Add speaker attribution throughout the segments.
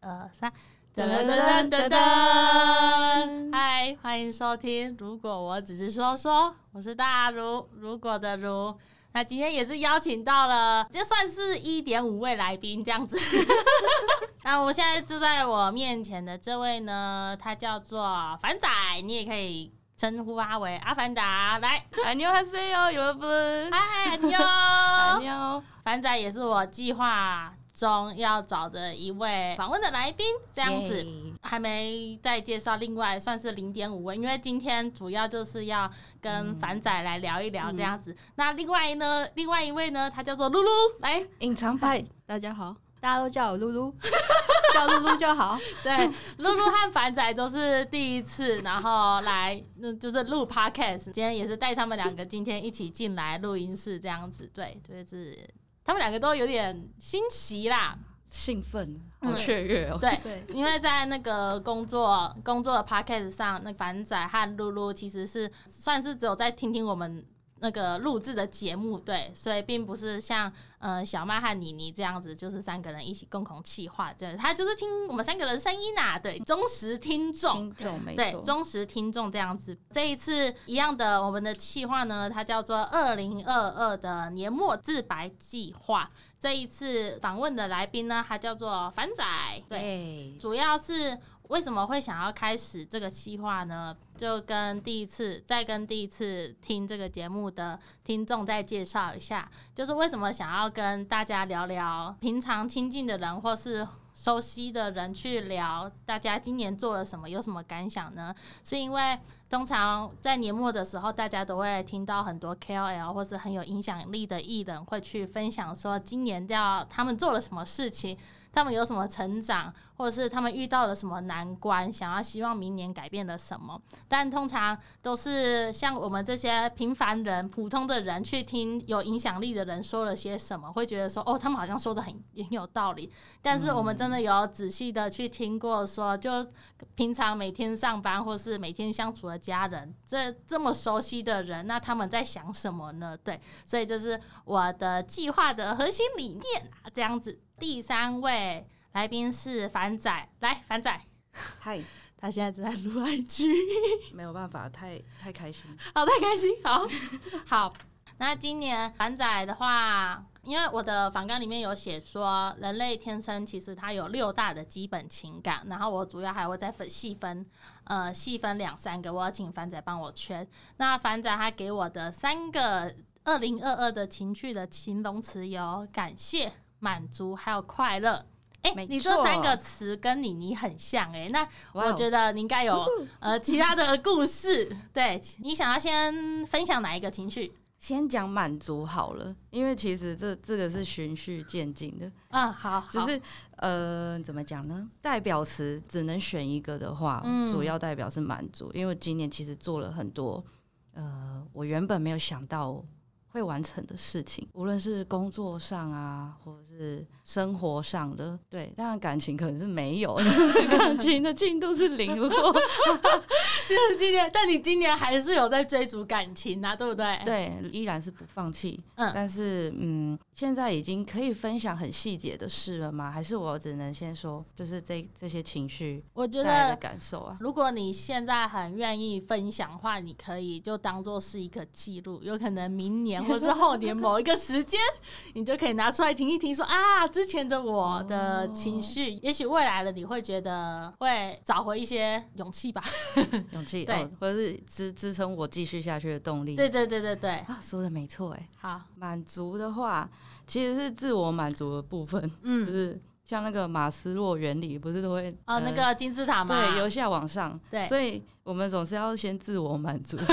Speaker 1: 二三，
Speaker 2: 噔
Speaker 1: 噔
Speaker 2: 噔
Speaker 1: 噔噔
Speaker 2: 噔
Speaker 1: 噔
Speaker 2: 噔噔
Speaker 1: 噔！嗨，欢迎收听。如果我只是说说，我是大如，如果的如。那今天也是邀请到了，这算是一点五位来宾这样子。 那我现在就在我面前的这位呢，他叫做凡仔，你也可以称呼他为阿凡达。来，
Speaker 2: 안녕하세요여러분
Speaker 1: 嗨，你
Speaker 2: 안
Speaker 1: 好。
Speaker 2: 녕
Speaker 1: 凡仔也是我计划中要找的一位访问的来宾，这
Speaker 2: 这
Speaker 1: 样子。还没再介绍，另外算是零点五位，因为今天主要就是要跟凡仔来聊一聊这样子。那另外呢，另外一位呢，他叫做露露，来，
Speaker 2: 隐藏派，大家好，大家都叫我露 露，叫露露就好。
Speaker 1: 对，露露和凡仔都是第一次，然后来，那就是录 podcast，今天也是带他们两个今天一起进来录音室这样子，对，就是他们两个都有点新奇啦，
Speaker 3: 兴奋，
Speaker 1: 嗯
Speaker 3: 好雀跃哦。
Speaker 1: 对，
Speaker 2: 对，
Speaker 1: 因为在那个工作工作的 podcast 上，那凡仔和露露其实是算是只有在听听我们那个录制的节目，对，所以并不是像呃小麦和妮妮这样子，就是三个人一起共同企划，对，他就是听我们三个人的声音呐、对，忠实听众。
Speaker 2: 听众嗯没
Speaker 1: 对
Speaker 2: 错，，
Speaker 1: 忠实听众这样子，这一次一样的，我们的企划呢，它叫做“二零二二的年末自白计划”。这一次访问的来宾呢，他叫做凡仔，对，
Speaker 3: 对，
Speaker 1: 主要是为什么会想要开始这个计划呢？就跟第一次再跟第一次听这个节目的听众再介绍一下，就是为什么想要跟大家聊聊平常亲近的人或是。熟悉的人去聊，大家今年做了什么，有什么感想呢？是因为通常在年末的时候，大家都会听到很多 KOL 或是很有影响力的艺人会去分享说，今年要他们做了什么事情，他们有什么成长，或者是他们遇到了什么难关，想要希望明年改变了什么。但通常都是像我们这些平凡人、普通的人去听有影响力的人说了些什么，会觉得说哦，他们好像说的很很有道理。但是我们真的有仔细的去听过说，就平常每天上班或是每天相处的家人，这这么熟悉的人，那他们在想什么呢？对，所以这是我的计划的核心理念啊，这样子。第三位来宾是凡仔，来，凡仔，
Speaker 3: 嗨，
Speaker 1: 他现在正在录啊 IG，
Speaker 3: 没有办法，太太开心。
Speaker 1: 好，太开心，好， 好。那今年凡仔的话，因为我的访纲里面有写说，人类天生其实它有六大的基本情感，然后我主要还会再分细分，呃，细分两三个，我要请凡仔帮我圈。那凡仔他给我的三个二零二二的情绪的形容词有感谢、满足还有快乐。哎、
Speaker 2: 没
Speaker 1: 你这三
Speaker 2: 错
Speaker 1: 个词跟你你很像哎、那
Speaker 3: 哇哦
Speaker 1: 我觉得你应该 有呃其他的故事。对你想要先分享哪一个情绪？
Speaker 3: 先讲满足好了，因为其实这这个是循序渐进的，
Speaker 1: 嗯，好，好
Speaker 3: 就是呃，怎么讲呢？代表词只能选一个的话，
Speaker 1: 嗯
Speaker 3: 主要代表是满足，因为我今年其实做了很多呃，我原本没有想到。会完成的事情，无论是工作上啊，或者是生活上的，对，当然感情可能是没有， 感情的进度是零。不过
Speaker 1: 就是今年，但你今年还是有在追逐感情啊，对不对？，
Speaker 3: 对，依然是不放弃。
Speaker 1: 嗯
Speaker 3: 但是嗯，现在已经可以分享很细节的事了吗？还是我只能先说，就是这这些情绪
Speaker 1: 我觉
Speaker 3: 带来的
Speaker 1: 得。
Speaker 3: 感受啊？
Speaker 1: 如果你现在很愿意分享的话，你可以就当做是一个记录，有可能明年或是后年某一个时间，你就可以拿出来听一听说，啊，之前的我的情绪，也许未来的你会觉得会找回一些勇气吧。
Speaker 3: 勇气，
Speaker 1: 对
Speaker 3: 哦，或者是支支撑我继续下去的动力。
Speaker 1: 对对对对对，
Speaker 3: 啊，说的没错，哎，
Speaker 1: 好，
Speaker 3: 满足的话其实是自我满足的部分， 就
Speaker 1: 嗯，
Speaker 3: 是像那个马斯洛原理，不是都会
Speaker 1: 哦，那。
Speaker 3: 呃
Speaker 1: 个金字塔嘛，
Speaker 3: 对，由下往上，
Speaker 1: 对
Speaker 3: 所以我们总是要先自我满足。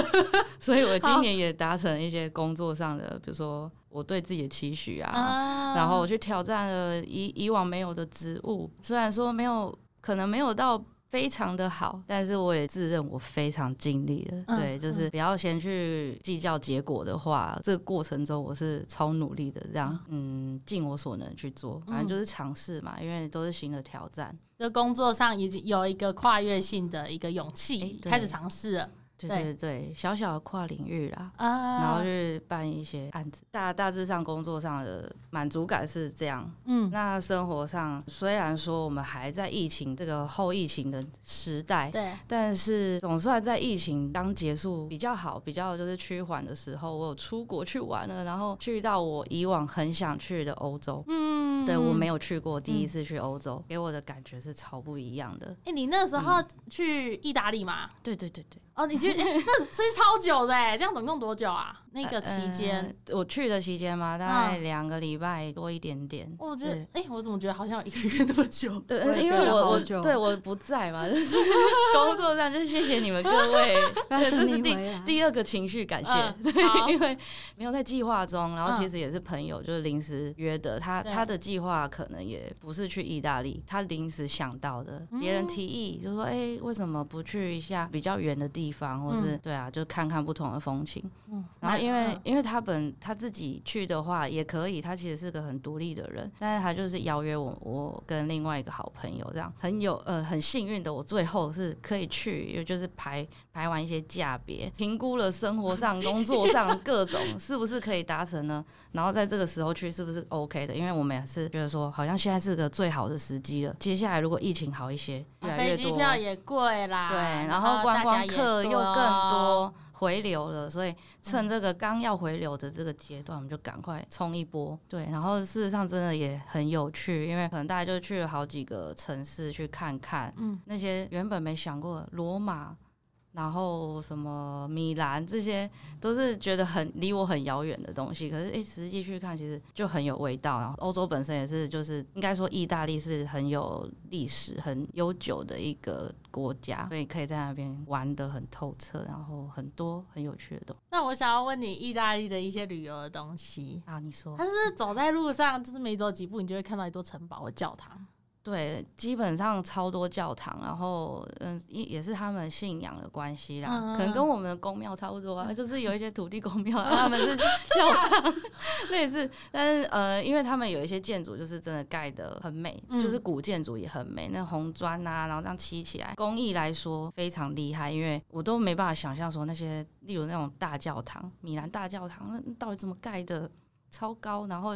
Speaker 3: 所以我今年也达成一些工作上的，比如说我对自己的期许啊，
Speaker 1: 啊
Speaker 3: 然后我去挑战了以以往没有的职务，虽然说没有，可能没有到。非常的好，但是我也自认我非常尽力了。
Speaker 1: 嗯
Speaker 3: 对，就是不要先去计较结果的话，这个过程中我是超努力的，这样嗯，尽我所能去做，反正
Speaker 1: 嗯
Speaker 3: 就是尝试嘛，因为都是新的挑战。
Speaker 1: 就工作上已经有一个跨越性的一个勇气，
Speaker 3: 诶对
Speaker 1: 开始尝试了。
Speaker 3: 对
Speaker 1: 对
Speaker 3: 对对，小小的跨领域啦。
Speaker 1: 啊，
Speaker 3: 然后去办一些案子，大大致上工作上的满足感是这样。
Speaker 2: 嗯，
Speaker 3: 那生活上，虽然说我们还在疫情这个后疫情的时代，
Speaker 1: 对，
Speaker 3: 但是总算在疫情刚结束比较好，比较就是趋缓的时候，我有出国去玩了，然后去到我以往很想去的欧洲。
Speaker 2: 嗯
Speaker 3: 对我没有去过，第一次去欧洲，给我的感觉是超不一样的。
Speaker 1: 哎，你那时候
Speaker 3: 嗯
Speaker 1: 去意大利嘛？
Speaker 3: 对对对对，
Speaker 1: 哦，你去、 诶那吃超久的哎，这样总共多久啊？那个期间，
Speaker 3: 呃我去的期间嘛，大概两个礼拜多一点点。
Speaker 1: 我觉得
Speaker 3: 对
Speaker 1: 哎、我怎么觉得好像有一个月那么久？
Speaker 3: 对，
Speaker 2: 我也
Speaker 3: 因
Speaker 2: 觉
Speaker 3: 为
Speaker 2: 得
Speaker 3: 我
Speaker 2: 好
Speaker 3: 我
Speaker 2: 久
Speaker 3: 对我不在嘛，就是 工作上就是谢谢你们各 位，对，这
Speaker 2: 等
Speaker 3: 是
Speaker 2: 你
Speaker 3: 第
Speaker 2: 回来
Speaker 3: 第二个情绪感谢，
Speaker 1: 嗯好
Speaker 3: 对，因为没有在计划中，然后
Speaker 1: 嗯
Speaker 3: 其实也是朋友就是临时约的，他
Speaker 1: 对
Speaker 3: 他的计划可能也不是去意大利，他临时想到的，
Speaker 2: 嗯
Speaker 3: 别人提议就说，哎，为什么不去一下比较远的地方，或
Speaker 2: 嗯
Speaker 3: 是对啊，就看看不同的风情。 然后因为
Speaker 1: 嗯
Speaker 3: 因为他本他自己去的话也可以，他其实是个很独立的人，但是他就是邀约我，我跟另外一个好朋友这样，很有呃很幸运的，我最后是可以去，也就是排排完一些价别，评估了生 活上、工作上各种是不是可以达成呢？然后在这个时候去是不是 OK 的？因为我们也是觉得说，好像现在是个最好的时机了，接下来如果疫情好一些，越
Speaker 1: 啊
Speaker 3: 来越
Speaker 1: 飞
Speaker 3: 多，
Speaker 1: 机票也贵啦，
Speaker 3: 对，然
Speaker 1: 然
Speaker 3: 后观
Speaker 1: 大家
Speaker 3: 光
Speaker 1: 也
Speaker 3: 客又更
Speaker 1: 多，啊嗯
Speaker 3: 多回流了，所以趁这个刚要回流的这个阶段，我们就赶快冲一波。对，然后事实上真的也很有趣，因为可能大家就去了好几个城市去看看，
Speaker 1: 嗯
Speaker 3: 那些原本没想过的罗马。然后什么米兰这些都是觉得很离我很遥远的东西，可是诶实际去看其实就很有味道。然后欧洲本身也是，就是应该说意大利是很有历史、很悠久的一个国家，所以可以在那边玩的很透彻，然后很多很有趣的东西
Speaker 1: 那我想要问你意大利的一些旅游的东西。
Speaker 3: 啊。你说
Speaker 1: 它是走在路上，就是没走几步，你就会看到一座城堡或教堂。
Speaker 3: 对，基本上超多教堂，然后嗯，也也是他们信仰的关系啦，
Speaker 1: 嗯嗯
Speaker 3: 可能跟我们的宫庙差不多啊，就是有一些土地公庙，然后他们是教堂， 类似，但是呃，因为他们有一些建筑就是真的盖的很美，
Speaker 1: 嗯
Speaker 3: 就是古建筑也很美，那红砖啊，然后这样砌起来，工艺来说非常厉害，因为我都没办法想象说那些，例如那种大教堂，米兰大教堂，那那到底怎么盖的，超高，然后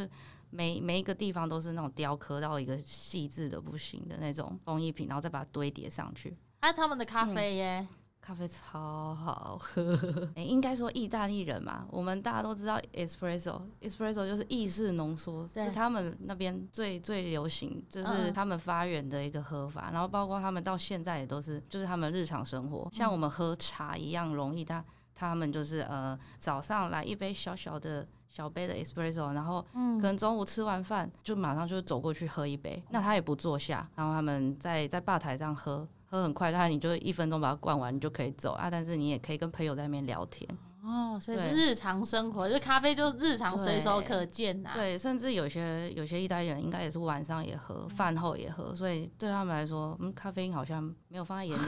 Speaker 3: 每每一个地方都是那种雕刻到一个细致的不行的那种工艺品，然后再把它堆叠上去。
Speaker 1: 还啊有他们的咖啡耶，
Speaker 3: 咖啡超好喝， 诶应该说意大利人嘛，我们大家都知道 espresso，espresso 就是意式浓缩，
Speaker 1: 对
Speaker 3: 是他们那边最最流行，就
Speaker 1: 嗯
Speaker 3: 是
Speaker 1: 嗯
Speaker 3: 他们发源的一个喝法。然后包括他们到现在也都是，就是他们日常生活，像
Speaker 1: 嗯
Speaker 3: 我们喝茶一样容易，但他们就是呃早上来一杯小小的小杯的 espresso，然后
Speaker 1: 嗯
Speaker 3: 可能中午吃完饭就马上就走过去喝一杯，那他也不坐下，然后他们在在吧台上喝，喝很快，但你就一分钟把它灌完，你就可以走啊。但是你也可以跟朋友在那边聊天，
Speaker 1: 哦，所以是
Speaker 3: 嗯对
Speaker 1: 日常生活，就咖啡就日常随手可见呐、
Speaker 3: 对，甚至有些有些意大利人应该也是晚上也
Speaker 1: 嗯
Speaker 3: 喝，饭后也喝，所以对他们来说，嗯，咖啡因好像没有放在眼里。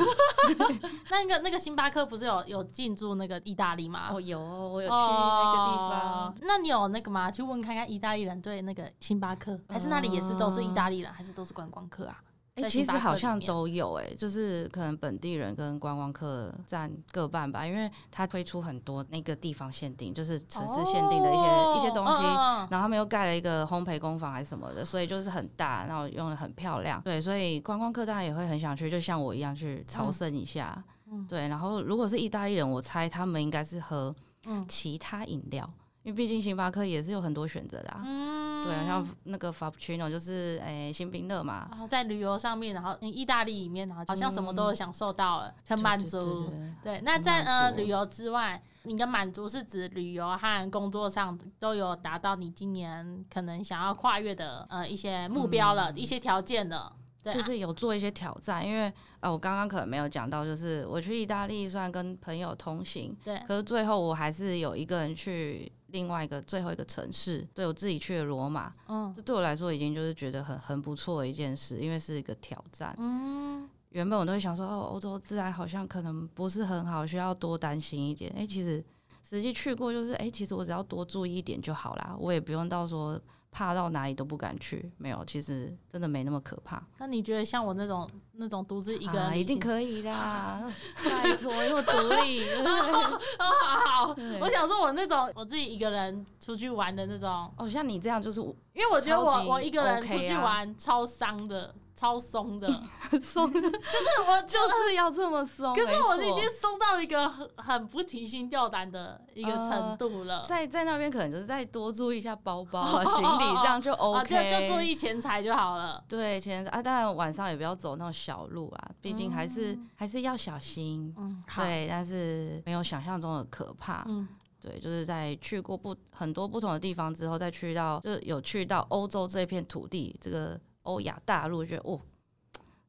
Speaker 1: 那个那个星巴克不是有有进驻那个意大利吗？
Speaker 3: 哦，有哦我有去那个地方。
Speaker 1: 哦那你有那个吗？去问看看意大利人对那个星巴克，还是那里也是都是意大利人，还是都是观光客啊？
Speaker 3: 哎、
Speaker 1: 在
Speaker 3: 其
Speaker 1: 星
Speaker 3: 实
Speaker 1: 巴克
Speaker 3: 好
Speaker 1: 里
Speaker 3: 像
Speaker 1: 面
Speaker 3: 都有哎、就是可能本地人跟观光客占各半吧，因为它推出很多那个地方限定，就是城市限定的一些、一些东西。
Speaker 1: 哦嗯嗯嗯
Speaker 3: 然后他们又盖了一个烘焙工坊还是什么的，所以就是很大，然后用的很漂亮。对，所以观光客当然也会很想去，就像我一样去朝圣一下。
Speaker 1: 嗯
Speaker 3: 对，然后如果是意大利人，我猜他们应该是喝
Speaker 1: 嗯
Speaker 3: 其他饮料，因为毕竟星巴克也是有很多选择的啊。
Speaker 1: 嗯
Speaker 3: 对啊，像那个 Frappuccino 就是诶、星冰乐嘛，
Speaker 1: 啊在旅游上面，然后嗯意大利里面，然后好像什么都有享受到了，很满
Speaker 3: 嗯对对对
Speaker 1: 足。
Speaker 3: 对
Speaker 1: 对，那
Speaker 3: 很
Speaker 1: 在
Speaker 3: 满
Speaker 1: 呃
Speaker 3: 足
Speaker 1: 旅游之外，你的满足是指旅游和工作上都有达到你今年可能想要跨越的呃一些目标了，一些条件了。对啊、
Speaker 3: 就是有做一些挑战，因为呃，我刚刚可能没有讲到，就是我去意大利虽然跟朋友同行，
Speaker 1: 对
Speaker 3: 可是最后我还是有一个人去另外一个最后一个城市，对我自己去了罗马，
Speaker 1: 嗯
Speaker 3: 这对我来说已经就是觉得很很不错的一件事，因为是一个挑战。
Speaker 1: 嗯，
Speaker 3: 原本我都会想说，哦，欧洲治安好像可能不是很好，需要多担心一点。诶，其实实际去过，就是诶，其实我只要多注意一点就好啦，我也不用到说怕到哪里都不敢去。没有，其实真的没那么可怕。
Speaker 1: 那你觉得像我那种那种独自一个人、
Speaker 3: 啊，一定。可 以啦，拜托，我独立，
Speaker 1: 哦， 好好
Speaker 3: 对，
Speaker 1: 我想说，我那种我自己一个人出去玩的那种，
Speaker 3: 哦，像你这样就是我
Speaker 1: 因为我觉得
Speaker 3: 超
Speaker 1: 我
Speaker 3: 级
Speaker 1: 我一个人
Speaker 3: OK
Speaker 1: 出去
Speaker 3: 啊
Speaker 1: 玩超伤的，超松 的，
Speaker 3: 松，
Speaker 1: 就是我 就
Speaker 3: 就是要这么松。
Speaker 1: 可是我
Speaker 3: 没
Speaker 1: 已
Speaker 3: 错
Speaker 1: 经松到一个很很不提心吊胆的一个程度了，
Speaker 3: 在在那边可能就是再多注意一下包包 啊、
Speaker 1: 哦
Speaker 3: 行李，这样就
Speaker 1: 啊，就
Speaker 3: OK，、
Speaker 1: 就注。意钱财就好了。
Speaker 3: 对，前啊，当然晚上也不要走那种小路啊，毕竟还是、还是要小心。
Speaker 1: 嗯，好，
Speaker 3: 对，但是没有想象中的可怕。
Speaker 1: 嗯，
Speaker 3: 对，就是在去过不很多不同的地方之后，再去到就是有去到欧洲这片土地，这个欧亚大陆，觉得哦，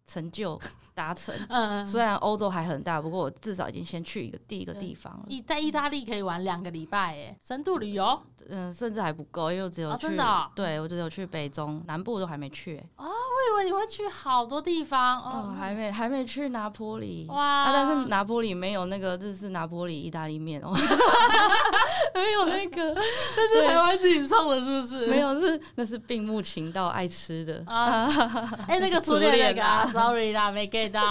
Speaker 3: 成就达成。
Speaker 1: 嗯，
Speaker 3: 虽然欧洲还很大，不过我至少已经先去一个第一个地方了。
Speaker 1: 意在意大利可以玩两个礼拜，哎，深度旅游，
Speaker 3: 嗯，甚至还不够，因为我只有
Speaker 1: 哦
Speaker 3: 去，
Speaker 1: 真的哦
Speaker 3: 对我只有去北中南部都还没去、欸
Speaker 1: 我以为你会去好多地方
Speaker 3: 哦，
Speaker 1: 哦，
Speaker 3: 还没还没去拿坡里
Speaker 1: 哇
Speaker 3: 啊，但是拿坡里没有那个日式拿坡里意大利面哦，
Speaker 1: 没有那个，那是
Speaker 3: 对
Speaker 1: 台湾自己创的，是不是？
Speaker 3: 没，有是那是病木情到爱吃的
Speaker 1: 啊
Speaker 3: 啊，
Speaker 1: 哎，那个初恋那个
Speaker 3: 初恋
Speaker 1: 啊
Speaker 3: 啊
Speaker 1: ，sorry 啦，没 get 到。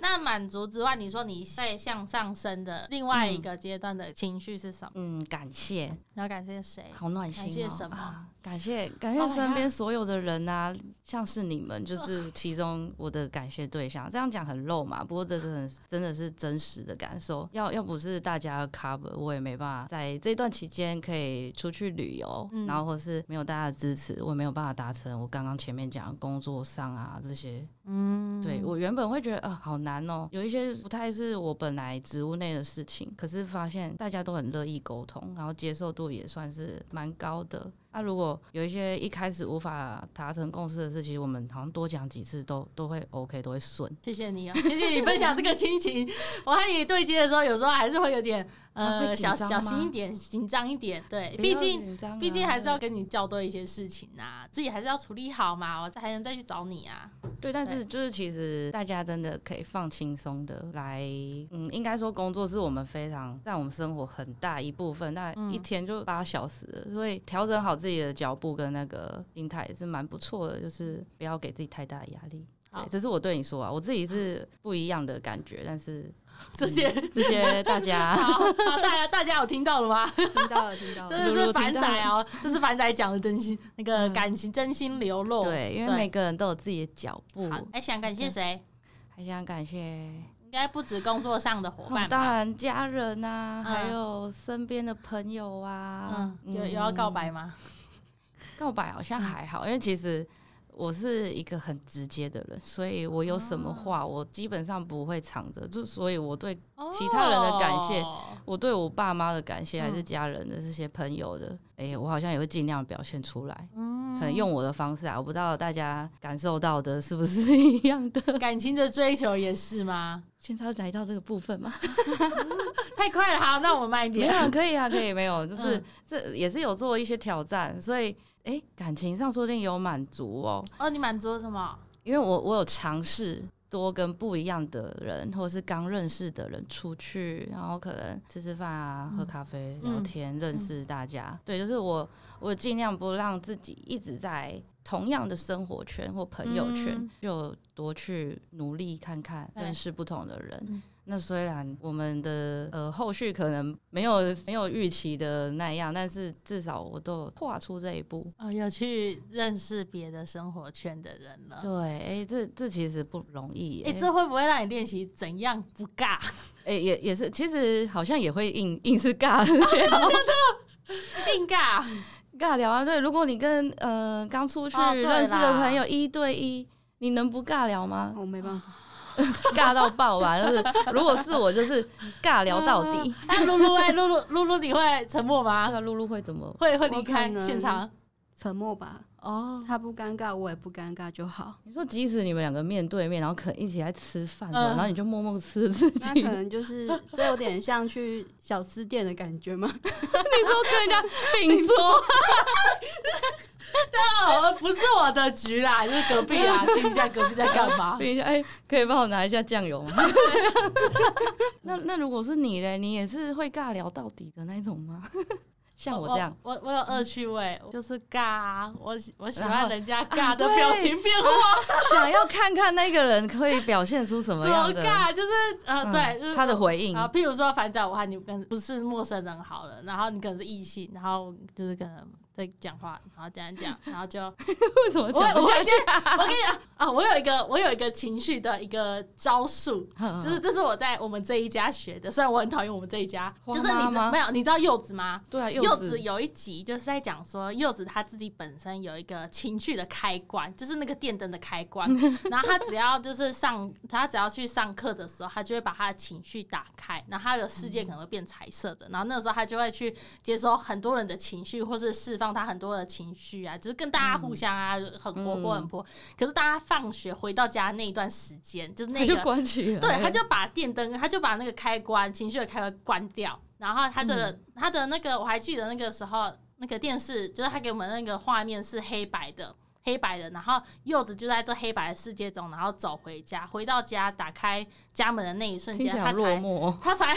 Speaker 1: 那满足之外，你说你在向上升的另外一个阶段的情绪是什么？
Speaker 3: 嗯，感谢，
Speaker 1: 你要感谢谁？
Speaker 3: 好暖心、哦，
Speaker 1: 感谢什么
Speaker 3: 啊感谢感
Speaker 1: Oh my
Speaker 3: 谢身
Speaker 1: God
Speaker 3: 边所有的人啊像是你们就是其中我的感谢对象。这样讲很肉嘛，不过这是很真的是真实的感受。要要不是大家 cover，我也没办法在这段期间可以出去旅游，
Speaker 1: 嗯
Speaker 3: 然后或是没有大家的支持，我也没有办法达成我刚刚前面讲的工作上啊这些
Speaker 1: 嗯，
Speaker 3: 对我原本会觉得啊、好难哦，有一些不太是我本来职务内的事情，可是发现大家都很乐意沟通，然后接受度也算是蛮高的。那、如果有一些一开始无法达成共识的事情，我们好像多讲几次都都会 OK，都会顺。
Speaker 1: 谢谢你啊，谢谢你分享这个亲情。我和你对接的时候，有时候还是会有点呃
Speaker 3: 啊会紧
Speaker 1: 小
Speaker 3: 张
Speaker 1: 小心
Speaker 3: 吗
Speaker 1: 一点，紧张一点。对，
Speaker 3: 不
Speaker 1: 毕
Speaker 3: 要
Speaker 1: 竟
Speaker 3: 紧张啊
Speaker 1: 毕竟还是要跟你校对一些事情啊，自己还是要处理好嘛，我才能再去找你啊。
Speaker 3: 对，但是就是其实大家真的可以放轻松的来，嗯，应该说工作是我们非常在我们生活很大一部分，
Speaker 1: 嗯
Speaker 3: 那一天就八小时了，所以调整好自己的脚步跟那个心态也是蛮不错的，就是不要给自己太大的压力。
Speaker 1: 好
Speaker 3: 对，这是我对你说啊，我自己是不一样的感觉，但是
Speaker 1: 这些
Speaker 3: 这些 大家
Speaker 1: 好，好大家大家有听到了 吗？
Speaker 2: 听到了，听到
Speaker 1: 这
Speaker 2: 了。
Speaker 1: 个
Speaker 3: 露
Speaker 1: 是
Speaker 3: 露
Speaker 1: 凡
Speaker 3: 听到
Speaker 1: 仔哦，这是凡仔讲的真 心那个
Speaker 3: 嗯
Speaker 1: 感情真心流露。
Speaker 3: 对，因为每个人都有自己的脚步，
Speaker 1: 好，还想感谢谁？
Speaker 3: 还想感谢
Speaker 1: 应该不止工作上的伙
Speaker 3: 哦
Speaker 1: 伴
Speaker 3: 当
Speaker 1: 吧？
Speaker 3: 然家人啊，
Speaker 1: 嗯
Speaker 3: 还有身边的朋友啊
Speaker 1: 嗯，，有有要告白吗？
Speaker 3: 告白好
Speaker 1: 嗯
Speaker 3: 像还好，因为其实我是一个很直接的人，所以我有什
Speaker 1: 哦
Speaker 3: 么话我基本上不会藏着，就所以我对其他人的感谢
Speaker 1: 哦
Speaker 3: 我对我爸妈的感谢，
Speaker 1: 嗯
Speaker 3: 还是家人的这些朋友的，哎、我好像也会尽量表现出来。
Speaker 1: 嗯
Speaker 3: 可能用我的方式啊，我不知道大家感受到的是不是 一样的。
Speaker 1: 感情的追求也是吗？
Speaker 3: 现在要来到这个部分吗？
Speaker 1: 太快了，好，那我们慢一
Speaker 3: 没
Speaker 1: 点。
Speaker 3: 有， 可以啊，可以，没有，就是、
Speaker 1: 嗯
Speaker 3: 这也是有做一些挑战，所以哎、诶感情上说不定有满足哦。
Speaker 1: 哦，你满足了什么？
Speaker 3: 因为我我有尝试多跟不一样的人，或者是刚认识的人出去，然后可能吃吃饭啊、
Speaker 1: 嗯
Speaker 3: 喝咖啡、
Speaker 1: 嗯
Speaker 3: 聊天，认识大家。对，就是我我尽量不让自己一直在同样的生活圈或朋友圈，
Speaker 1: 嗯
Speaker 3: 就多去努力看看，
Speaker 1: 对
Speaker 3: 认识不同的人。
Speaker 1: 嗯
Speaker 3: 那虽然我们的呃后续可能没有没有预期的那样，但是至少我都有跨出这一步。
Speaker 1: 哦，有去认识别的生活圈的人了。
Speaker 3: 对，哎、这这其实不容易耶、
Speaker 1: 哎、这会不会让你练习怎样不尬？
Speaker 3: 诶、也也是，其实好像也会硬硬是尬
Speaker 1: 硬 尬？
Speaker 3: 尬聊啊。对，如果你跟呃刚出去
Speaker 1: 哦对啦
Speaker 3: 认识的朋友一对一，你能不尬聊吗？
Speaker 2: 我没办法，
Speaker 3: 尬到爆吧！就是如果是我，就是尬聊到底。
Speaker 1: 哎，露露，哎，露露，露露，你会沉默
Speaker 3: 那
Speaker 1: 吗？
Speaker 3: 个露露会怎么？
Speaker 1: 会会离
Speaker 2: 我可
Speaker 1: 开
Speaker 2: 能
Speaker 1: 现 场？
Speaker 2: 沉默吧。
Speaker 3: 哦，
Speaker 2: 他不尴尬，我也不尴尬就好。
Speaker 3: 你说即使你们两个面对面，然后可能一起在吃饭，
Speaker 1: 嗯
Speaker 3: 然后你就默默吃 自
Speaker 2: 那
Speaker 3: 己，
Speaker 2: 可能就是这有点像去小吃店的感觉吗？
Speaker 3: 跟人家 并桌。啊
Speaker 1: 哦，不是我的局啦， 就是隔壁 啦，听一下隔壁在干嘛。
Speaker 3: 并一下，哎、可以帮我拿一下酱 油吗？那那如果是你嘞，你也是会尬聊到底的那一种吗？ 像我这样，，
Speaker 1: 我我有恶趣味，就是尬啊，我喜我喜欢人家
Speaker 3: 然
Speaker 1: 尬
Speaker 3: 后
Speaker 1: 的
Speaker 3: 啊对
Speaker 1: 表情变 化，
Speaker 3: 想要看看那个人可以表现出什么样
Speaker 1: 多
Speaker 3: 的，
Speaker 1: 尬，就是呃，
Speaker 3: 嗯
Speaker 1: 对，就是
Speaker 3: 他的回应，
Speaker 1: 啊，譬如说，反正我和你跟不是陌生人好了，然后你可能是异性，然后就是可能在讲话，然后讲一讲，然后就
Speaker 3: 为什么
Speaker 1: 我
Speaker 3: 讲
Speaker 1: 我
Speaker 3: 不
Speaker 1: 会
Speaker 3: 下去
Speaker 1: 先，我跟你讲啊，我有一个我有一个情绪的一个招数，
Speaker 3: 嗯？
Speaker 1: 就是这是我在我们这一家学的，虽然我很讨厌我们这一家，
Speaker 3: 花
Speaker 1: 就是你
Speaker 3: 妈
Speaker 1: 知
Speaker 3: 吗
Speaker 1: 没有你知道柚子吗？
Speaker 3: 对啊，
Speaker 1: 柚
Speaker 3: 子
Speaker 1: 子有一集就是在讲说，柚子她自己本身有一个情绪的开关， 就是那个电灯的开 关。然后她只要就是上，她只要去上课的时候，她就会把她的情绪打开，然后她的世界可能会变彩色的。然后那个时候她就会去接收很多人的情绪，或是释放她很多的情绪啊，就是跟大家互相啊，很活
Speaker 3: 嗯
Speaker 1: 泼，很泼。可是大家放学回到家那一段时间，就是那
Speaker 3: 他
Speaker 1: 个
Speaker 3: 就关起来，
Speaker 1: 对，他就把电灯，他就把那个开关情绪的开关关掉，然后他的、
Speaker 3: 嗯
Speaker 1: 他的那个我还记得那个时候那个电视就是他给我们那个画面是黑白的。黑白的，然后柚子就在这黑白的世界中，然后走回家。回到家，打开家门的那一瞬
Speaker 3: 听
Speaker 1: 间，
Speaker 3: 起来好
Speaker 1: 他
Speaker 3: 落
Speaker 1: 才
Speaker 3: 寞哦
Speaker 1: 他才 哎、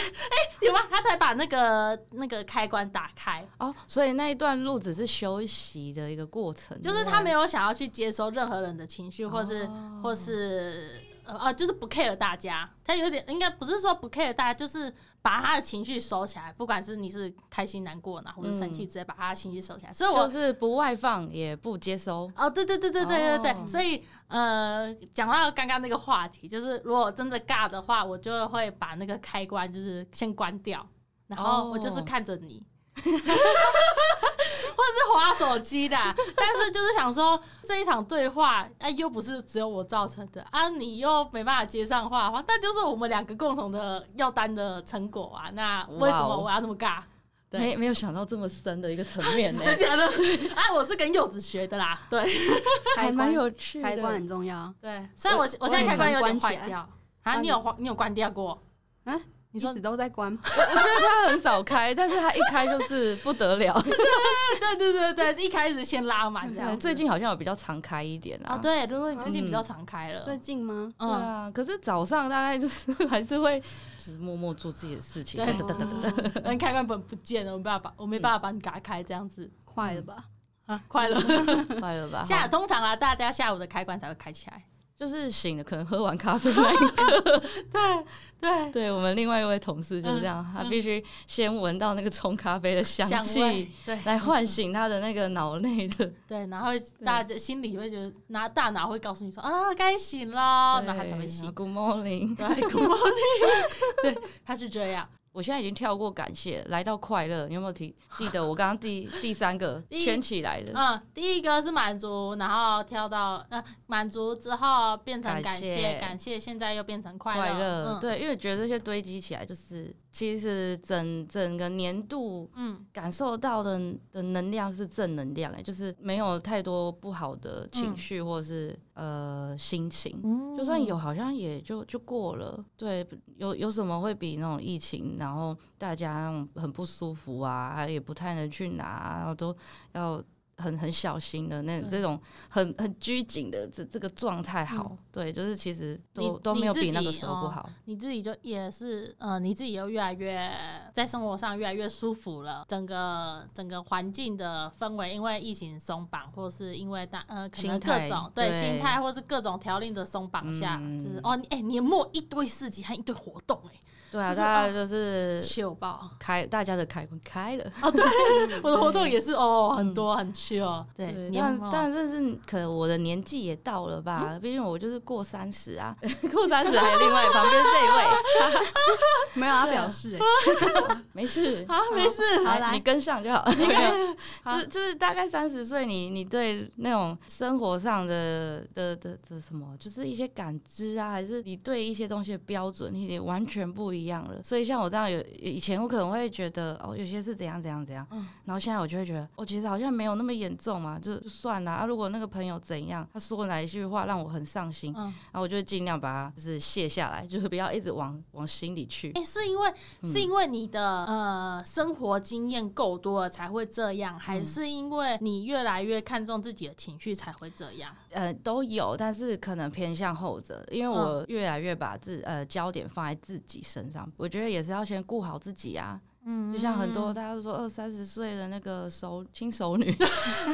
Speaker 1: 有吗？他才把那个那个开关打开，
Speaker 3: 哦。所以那一段路只是休息的一个过程，
Speaker 1: 就是
Speaker 3: 对不对
Speaker 1: 他没有想要去接收任何人的情绪，或是、
Speaker 3: 哦
Speaker 1: 或是呃呃，就是不 care 大家，他有点应该不是说不 care 大家，就是把他的情绪收起来，不管是你是开心、难过，然后或者生气，直接把他的情绪收起来。所以我、
Speaker 3: 嗯就是不外放也不接收，
Speaker 1: 哦，对对对对对对对，
Speaker 3: 哦
Speaker 1: 所以呃，讲到刚刚那个话题，就是如果真的尬的话，我就会把那个开关就是先关掉，然后我就是
Speaker 3: 哦
Speaker 1: 看着 你。或者是划手机的，但是就是想说这一场对话，哎、又不是只有我造成的啊，你又没办法接上话的话，那就是我们两个共同的要担的成果啊。那为什
Speaker 3: 哇
Speaker 1: 么
Speaker 3: 哦
Speaker 1: 我要那么尬？对
Speaker 3: 没没有想到这么深的一个层 面呢，
Speaker 1: 是假的， 哎、我是跟柚子学的啦，对。
Speaker 3: 还蛮有趣
Speaker 2: 开 关
Speaker 3: 的。
Speaker 2: 很重要。
Speaker 1: 对，虽然
Speaker 2: 我
Speaker 1: 我我
Speaker 2: 我
Speaker 1: 现在
Speaker 2: 也
Speaker 1: 开关有
Speaker 2: 常
Speaker 1: 点
Speaker 2: 关
Speaker 1: 坏
Speaker 2: 起来
Speaker 1: 掉啊，
Speaker 2: 啊
Speaker 1: 你
Speaker 2: 你
Speaker 1: 有关你有关掉过？
Speaker 2: 啊，
Speaker 1: 你说
Speaker 2: 一直都在关，
Speaker 3: 我觉得他很少开，但是他一开就是不 得了。
Speaker 1: 对对对对，一开始先拉满这样。
Speaker 3: 最近好像有比较常开一点
Speaker 1: 啊，
Speaker 3: 啊。
Speaker 1: 对，如果你最近比
Speaker 3: 嗯
Speaker 1: 较常开了，
Speaker 2: 最近吗？
Speaker 3: 对
Speaker 1: 嗯，
Speaker 3: 啊，可是早上大概就是 还是会，就是默默做自己的事情。
Speaker 1: 对
Speaker 3: 哒哒哒哒哒
Speaker 2: 哦
Speaker 1: 那你开关本不见了，我没办法把，我没办法把你打开这样子
Speaker 2: 快了吧？
Speaker 1: 啊，快乐。
Speaker 3: 快乐吧。
Speaker 1: 下通常啊，大家下午的开关才会开起来。
Speaker 3: 就是醒了，可能喝完咖啡那一刻。
Speaker 1: 对对，嗯
Speaker 3: 对我们另外一位同事就是这样，他必须先闻到那个冲咖啡的香
Speaker 1: 香味
Speaker 3: 气，
Speaker 1: 对
Speaker 3: 来唤醒他的那个脑内 的。
Speaker 1: 对，然后大家心里会觉得，拿大脑会告诉你说啊，该醒了，然后哦他才会醒。
Speaker 3: Good morning。
Speaker 1: 对，Good morning，对，他是这样。
Speaker 3: 我现在已经跳过感谢，来到快乐。你有没有提记得我刚刚第第三个
Speaker 1: 第一
Speaker 3: 圈起来的？
Speaker 1: 嗯，第一个是满足，然后跳到呃满足之后变成感谢，感
Speaker 3: 感
Speaker 1: 谢
Speaker 3: 谢
Speaker 1: 现在又变成快
Speaker 3: 快乐，
Speaker 1: 嗯，，
Speaker 3: 对，因为觉得这些堆积起来，就是其实整整个年度
Speaker 1: 嗯
Speaker 3: 感受到的的能量是正能量，哎，就是没有太多不好的情绪或是、呃心情。
Speaker 1: 嗯
Speaker 3: 就算有，好像也就就过了。对，有有什么会比那种疫情，然后大家那种很不舒服啊，也不太能去拿，啊然后都要很很小心的那
Speaker 1: 对
Speaker 3: 这种很很拘谨的这这个状态好。对，就是其实
Speaker 1: 嗯
Speaker 3: 都
Speaker 1: 你
Speaker 3: 都没有
Speaker 1: 你自己哦
Speaker 3: 比那个时候不好。
Speaker 1: 你自己就也是，呃，你自己又越来越在生活上越来越舒服了，整个整个环境的氛围，因为疫情松绑，或是因为大呃可能
Speaker 3: 心
Speaker 1: 各
Speaker 3: 态
Speaker 1: 种对
Speaker 3: 对
Speaker 1: 心态，或是各种条令的松绑下，
Speaker 3: 嗯
Speaker 1: 就是哦，你哎、年末一堆事情和一堆活动、
Speaker 3: 对啊，
Speaker 1: 就是
Speaker 3: 大家就是
Speaker 1: 哎，糗爆。
Speaker 3: 开大家的开关开了。
Speaker 1: 我的活动也是哦，很多很 c
Speaker 3: 嗯
Speaker 1: 哦，对，年嗯
Speaker 3: 但
Speaker 1: 末
Speaker 3: 但这是可能我的年纪也到了吧，毕竟我就是过三十 啊，过三十还有另外旁边这一位，
Speaker 2: 没有，他表示哎，
Speaker 3: 没事，
Speaker 1: 啊，没事，
Speaker 2: 好
Speaker 3: 来，
Speaker 2: 来
Speaker 3: 你跟上就好。没 有，
Speaker 1: 好
Speaker 3: 就是就是大概三十岁，你你对那种生活上的的的的什么，就是一些感知啊，还是你对一些东西的标准，你也完全不一样了。所以像我这样有以前我可能会觉得哦，有些是怎样怎样怎样，
Speaker 1: 嗯
Speaker 3: 然后现在我就会觉得哦，其实好像没有那么严重嘛，就就算啦、啊。如果那个朋友怎样，他说哪一句话让我很上心，
Speaker 1: 嗯，
Speaker 3: 然后我就会尽量把它就是卸下来，就是不要一直往往心里去。
Speaker 1: 哎，是因为
Speaker 3: 嗯
Speaker 1: 是因为你的呃生活经验够多了才会这样，还
Speaker 3: 嗯
Speaker 1: 是因为你越来越看重自己的情绪才会这样？
Speaker 3: 呃，都有，但是可能偏向后者，因为我越来越把自呃焦点放在自己身上，我觉得也是要先顾好自己啊。
Speaker 1: 嗯
Speaker 3: 就像很多大家都说二三十岁的那个熟新熟女，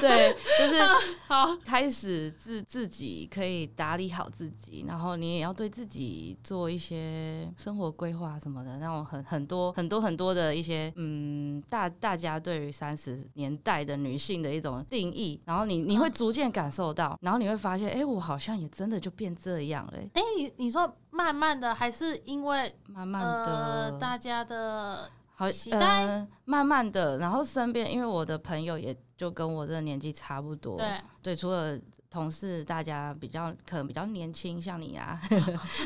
Speaker 3: 对，就是
Speaker 1: 好，
Speaker 3: 开始自自己可以打理好自己，然后你也要对自己做一些生活规划什么的，那种很很多很多很多的一些嗯，大大家对于三十年代的女性的一种定义，然后你你会
Speaker 1: 嗯
Speaker 3: 逐渐感受到，然后你会发现，哎、我好像也真的就变这样了、诶
Speaker 1: 哎、你你说慢慢的，还是因为
Speaker 3: 慢慢的、
Speaker 1: 呃大家的
Speaker 3: 好，
Speaker 1: 期待
Speaker 3: 呃，慢慢的，然后身边，因为我的朋友也就跟我这个年纪差不多，
Speaker 1: 对
Speaker 3: 对，除了同事，大家比较可能比较年轻，像 你啊，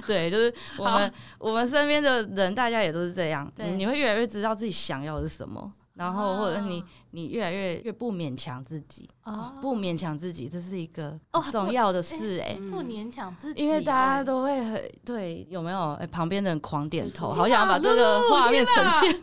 Speaker 3: 对，就是我们我们身边的人，大家也都是这样，
Speaker 1: 对
Speaker 3: 你会越来越知道自己想要的是什么，然后或者你、
Speaker 1: 啊
Speaker 3: 你越来越越不勉强自己，
Speaker 1: 哦
Speaker 3: 不勉强自己，这是一个
Speaker 1: 哦
Speaker 3: 很重要的事哎、
Speaker 1: 不勉强自己，
Speaker 3: 因为大家
Speaker 1: 哎
Speaker 3: 都会很对，有没有？哎、旁边的人狂点头，
Speaker 2: 天
Speaker 3: 好想要把这个
Speaker 1: 露露
Speaker 3: 画面
Speaker 1: 啊天
Speaker 3: 呈
Speaker 1: 哪
Speaker 3: 现。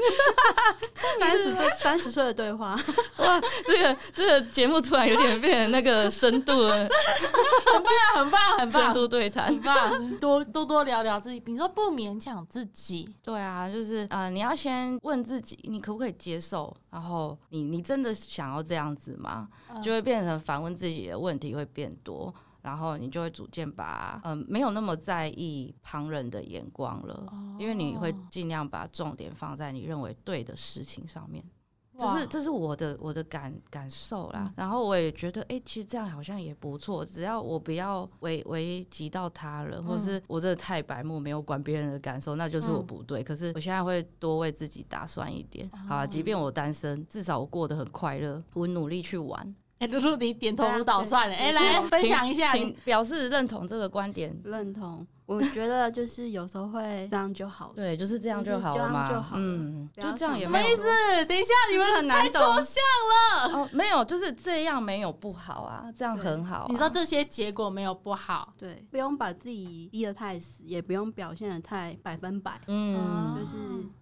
Speaker 2: 三十 对三十岁的对话，
Speaker 3: 哇，这个这个节目突然有点变成那个深 度了
Speaker 1: 很棒很
Speaker 3: 深
Speaker 1: 棒
Speaker 3: 度对谈
Speaker 1: 很。棒，多多多聊聊自己。你说不勉强自己，
Speaker 3: 对啊，就是呃，你要先问自己，你可不可以接受？然后你你真的想要这样子吗？
Speaker 1: 嗯
Speaker 3: 就会变成反问自己的问题会变多，然后你就会逐渐把嗯、呃没有那么在意旁人的眼光了，因为你会
Speaker 1: 哦
Speaker 3: 尽量把重点放在你认为对的事情上面。这
Speaker 1: 哇嗯
Speaker 3: 是这是我的我的感感受啦，然后我也觉得，哎、其实这样好像也不错，只要我不要危危及到他
Speaker 1: 嗯
Speaker 3: 人，或是我真的太白目，没有管别人的感受，那就是
Speaker 1: 嗯
Speaker 3: 我
Speaker 1: 哦
Speaker 3: 不对。可是我现在会多为自己打算一点，好啊，即便我单身，至少我过得很快乐，我努力去玩，
Speaker 1: 哎，露露你点头
Speaker 2: 对啊
Speaker 1: 如捣蒜了，哎，
Speaker 2: 对
Speaker 1: 来
Speaker 2: 请
Speaker 1: 分享一下
Speaker 3: 请
Speaker 1: 你，
Speaker 3: 表示认同这个观点，
Speaker 2: 认同。我觉得就是有时候会这样就好了，
Speaker 3: 对，就是这样
Speaker 2: 就是
Speaker 3: 好
Speaker 2: 这
Speaker 3: 了
Speaker 2: 样
Speaker 3: 嘛，
Speaker 2: 就好了
Speaker 3: 嗯，
Speaker 2: 不
Speaker 3: 就
Speaker 2: 要
Speaker 3: 这样
Speaker 2: 想
Speaker 3: 也
Speaker 1: 什
Speaker 3: 没
Speaker 1: 么
Speaker 3: 有
Speaker 1: 意思？等一下你
Speaker 2: 你
Speaker 1: 们
Speaker 2: 们很难
Speaker 1: 抽
Speaker 2: 懂。
Speaker 1: 象，
Speaker 3: 哦，没有，就是这样没有不好啊，这样
Speaker 2: 对
Speaker 3: 很好啊、
Speaker 1: 你说这些结果没有不好，
Speaker 2: 对，不用把自己逼得太死，也不用表现得太百分百，
Speaker 3: 嗯
Speaker 1: 啊
Speaker 2: 就是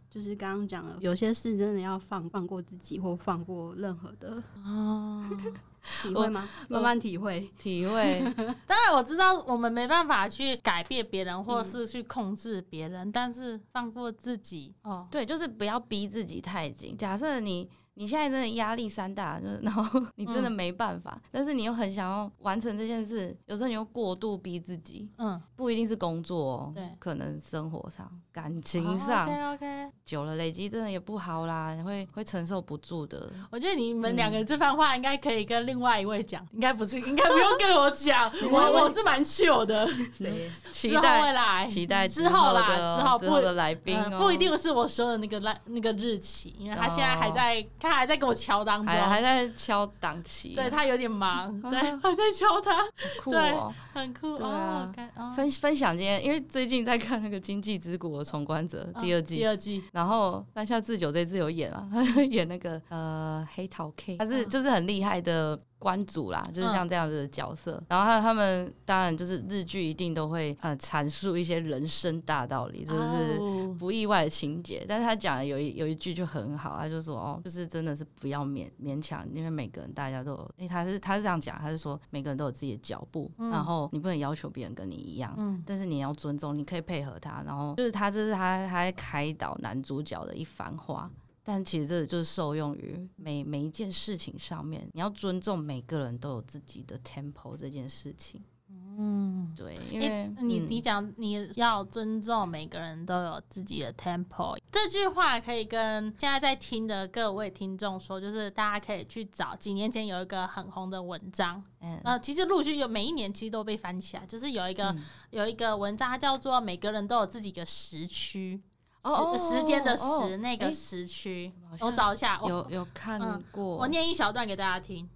Speaker 2: 就是刚刚讲了，有些事真的要放放过自己，或放过任何的
Speaker 1: 哦。
Speaker 2: 体会吗？
Speaker 3: 我
Speaker 2: 慢慢体会。
Speaker 3: 体会。
Speaker 1: 当然我知道我们没办法去改变别人，或是去控制别人，但是放过自己哦。
Speaker 3: 对，就是不要逼自己太紧。假设你你现在真的压力山大，就是 然后你真的
Speaker 1: 嗯
Speaker 3: 没办法，但是你又很想要完成这件事，有时候你又过度逼自己，
Speaker 1: 嗯，
Speaker 3: 不一定是工作哦，
Speaker 1: 对哦
Speaker 3: 可能生活上、感情上、
Speaker 1: OK OK，
Speaker 3: 久了累积，真的也不好啦，你会会承受不住的。
Speaker 1: 我觉得你们两个这番话应该可以跟另外一位讲，应该不 是，应该不用跟我讲，我我是蛮 chill 的，
Speaker 2: 谁？
Speaker 3: 期
Speaker 1: 之后会
Speaker 3: 待
Speaker 1: 来，
Speaker 3: 期待
Speaker 1: 之后啦
Speaker 3: 的
Speaker 1: 之后不
Speaker 3: 之后的来宾
Speaker 1: 嗯
Speaker 3: 哦，
Speaker 1: 不一定是我说的那个那那个日期，因为他
Speaker 3: 哦
Speaker 1: 现在还在，他还在跟我敲当中，
Speaker 3: 还还在敲档期，
Speaker 1: 对他有点忙，
Speaker 3: 啊
Speaker 1: 对， 还在敲他，
Speaker 3: 酷
Speaker 1: 对
Speaker 3: 哦。
Speaker 1: 很酷
Speaker 3: 对啊
Speaker 1: 哦，该哦
Speaker 3: 分分享今天，因为最近在看那个《经济之国》的闯关者 第二
Speaker 1: 哦
Speaker 3: 季，
Speaker 1: 第二季，
Speaker 3: 然后山下智久这次有演啊， 他演那个呃黑桃 K，他是
Speaker 1: 嗯
Speaker 3: 就是很厉害的关主啦，就是像这样子的角色。然后他他们当然就是日剧一定都会呃阐述一些人生大道理，就是
Speaker 1: 哦
Speaker 3: 不意外的情节。但是他讲的有一有一句就很好，他就说哦，就是真的是不要勉勉强，因为每个人大家都有，因为他是他是这样讲，他是说每个人都有自己的脚步，
Speaker 1: 嗯
Speaker 3: 然后你不能要求别人跟你一样，
Speaker 1: 嗯，
Speaker 3: 但是你要尊重，你可以配合他，然后就是他这是他他在开导男主角的一番话，但其实这就是受用于每每一件事情上面，你要尊重每个人都有自己的 tempo 这件事情，
Speaker 1: 嗯，
Speaker 3: 对，因为、
Speaker 1: 欸你你
Speaker 3: 嗯
Speaker 1: 讲你要尊重每个人都有自己的 tempo 这句话，可以跟现在在听的各位听众说，就是大家可以去找几年前有一个很红的文章，
Speaker 3: 嗯
Speaker 1: 呃，其实陆续有每一年其实都被翻起来，啊就是有一个、
Speaker 3: 嗯
Speaker 1: 有一个文章，它叫做“每个人都有自己的时区”，
Speaker 3: 哦
Speaker 1: 时时间的时、
Speaker 3: 哦哦
Speaker 1: 那个
Speaker 3: 欸
Speaker 1: 时区，
Speaker 3: 好像
Speaker 1: 我找一下，我
Speaker 3: 有有看
Speaker 1: 嗯
Speaker 3: 过，
Speaker 1: 我念一小段给大家听。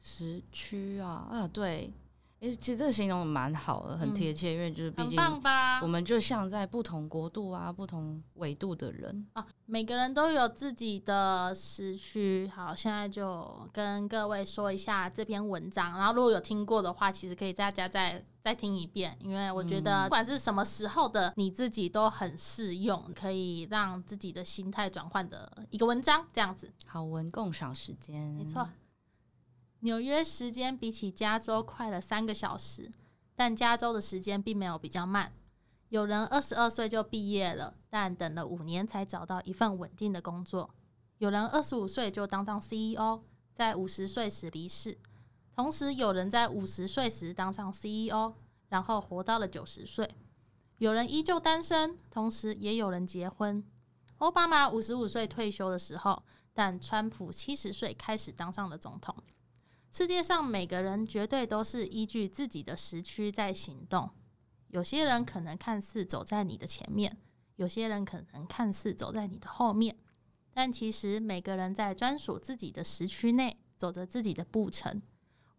Speaker 3: 时区啊啊对，诶、其实这个形容得蛮好的，很
Speaker 1: 嗯
Speaker 3: 贴切，因为就是毕
Speaker 1: 很
Speaker 3: 竟
Speaker 1: 棒啊吧？
Speaker 3: 我们就像在不同国度啊、不同纬度的人，
Speaker 1: 啊，每个人都有自己的时区。好，现在就跟各位说一下这篇文章，然后如果有听过的话，其实可以大家再再听一遍，因为我觉得不管是什么时候的你自己都很适用，可以让自己的心态转换的一个文章，这样子
Speaker 3: 好文共赏时间，
Speaker 1: 没错。纽约时间比起加州快了三个小时，但加州的时间并没有比较慢。有人二十二岁就毕业了，但等了五年才找到一份稳定的工作。有人二十五岁就当上 CEO，在五十岁时离世；同时有人在五十岁时当上 CEO，然后活到了九十岁。有人依旧单身，同时也有人结婚。奥巴马五十五岁退休的时候，但川普七十岁开始当上了总统。世界上每个人绝对都是依据自己的时区在行动。有些人可能看似走在你的前面，有些人可能看似走在你的后面，但其实每个人在专属自己的时区内走着自己的步程，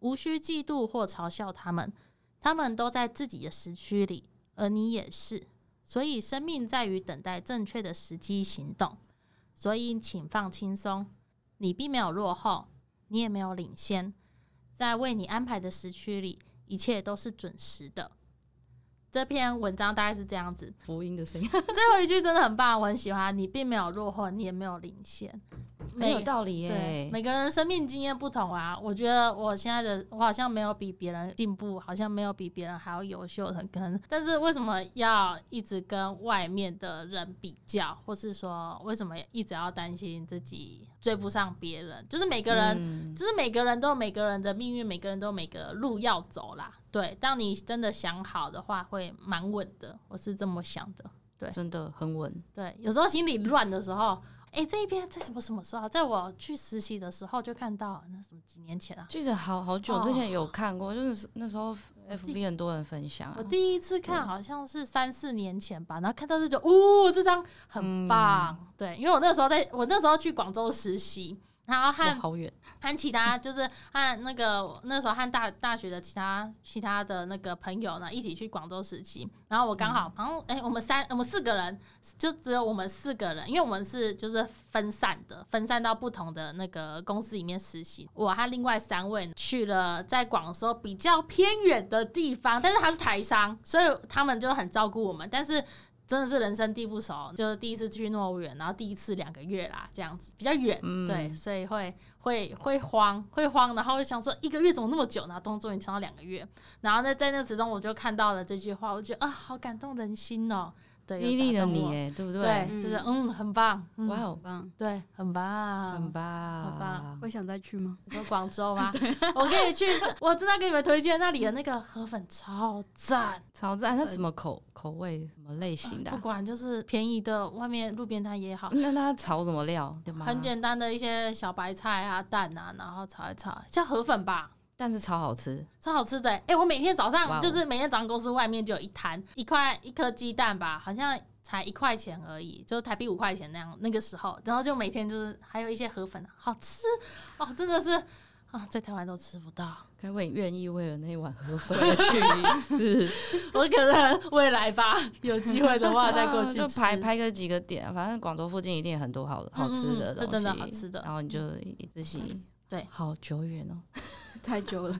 Speaker 1: 无需嫉妒或嘲笑他们，他们都在自己的时区里，而你也是。所以，生命在于等待正确的时机行动。所以，请放轻松，你并没有落后，你也没有领先，在为你安排的时区里，一切都是准时的。这篇文章大概是这样子，
Speaker 3: 福音的声音，
Speaker 1: 最后一句真的很棒，我很喜欢。你并没有落后，你也没有领先，
Speaker 3: 很
Speaker 1: 没
Speaker 3: 有道理耶、
Speaker 1: 对，每个人生命经验不同啊。我觉得我现在的我好像没有比别人进步，好像没有比别人还要优秀的可能。但是为什么要一直跟外面的人比较，或是说为什么一直要担心自己追不上别人？就是每个人，
Speaker 3: 嗯
Speaker 1: 就是每个人都有每个人的命运，每个人都有每个路要走啦。对，当你真的想好的话，会蛮稳的。我是这么想的。
Speaker 3: 真的很稳。
Speaker 1: 对，有时候心里乱的时候，哎、这一篇在什么什么时候啊？在我去实习的时候就看到，那什么几年前啊？
Speaker 3: 记得好好久
Speaker 1: 哦
Speaker 3: 之前有看过，就是那时候 FB 很多人分享啊
Speaker 1: 我，第一次看好像是三四年前吧，然后看到这就，呜、这张很棒。对，因为我那时候在，我那时候去广州实习，然后
Speaker 3: 哇
Speaker 1: 和
Speaker 3: 好远，
Speaker 1: 和其他就是和那个那时候和大大学的其他其他的那个朋友呢一起去广州实习，然后我刚好好像哎、我们三我们四个人就只有我们四个人，因为我们是就是分散的，分散到不同的那个公司里面实习。我和另外三位去了在广州比较偏远的地方，但是他是台商，所以他们就很照顾我们，但是。真的是人生地不熟，就是第一次去诺园，然后第一次两个月啦，这样子比较远，
Speaker 3: 嗯
Speaker 1: 对，所以会会会慌，会慌，然后会想说一个月怎么那么久呢？动作你撑到两个月，然后呢，在那之中我就看到了这句话，我觉得啊，好感动人心哦，对，
Speaker 3: 激励
Speaker 1: 有
Speaker 3: 了
Speaker 1: 打动
Speaker 3: 你
Speaker 1: 我，
Speaker 3: 耶，对不
Speaker 1: 对，
Speaker 2: 嗯
Speaker 1: 就是嗯，很棒，嗯
Speaker 3: 哇，哦，
Speaker 2: 棒，
Speaker 1: 对，很棒，
Speaker 3: 很。棒，
Speaker 1: 很嗯棒
Speaker 2: 会想再去吗？
Speaker 1: 你说广州 吗？
Speaker 3: 啊
Speaker 1: 我可以去，我真的给你们推荐那里的那个河粉超赞，
Speaker 3: 超赞！
Speaker 1: 呃
Speaker 3: 它什么口口味、什么类型的
Speaker 1: 不
Speaker 3: 啊？
Speaker 1: 管就是便宜的，外面路边摊也好，
Speaker 3: 那它炒什么料？对吗？
Speaker 1: 很，简单的一些小白菜啊、蛋啊，然后炒一炒，叫河粉吧。
Speaker 3: 但是超好吃。
Speaker 1: 超好吃的、欸！哎、我每天早
Speaker 3: 哇
Speaker 1: 上
Speaker 3: 哦
Speaker 1: 就是每天早上公司外面就有一摊，一块一颗鸡蛋吧，好像才一块钱而已，就是台币五块钱那样。那个时候，然后就每天就是还有一些河粉，好吃哦，真的是啊，在台湾都吃不到。
Speaker 3: 该问愿意为了那一碗河 粉而去一次，
Speaker 1: 我可能未来吧， 有机会的话再过去
Speaker 3: 就
Speaker 1: 吃。
Speaker 3: 排排个几个点，啊反正广州附近一定有很多好好吃的
Speaker 1: 嗯嗯嗯
Speaker 3: 东西，
Speaker 1: 这真的好吃的
Speaker 3: 然后你就一自己
Speaker 1: 对
Speaker 3: 好久远哦。
Speaker 2: 太久 了。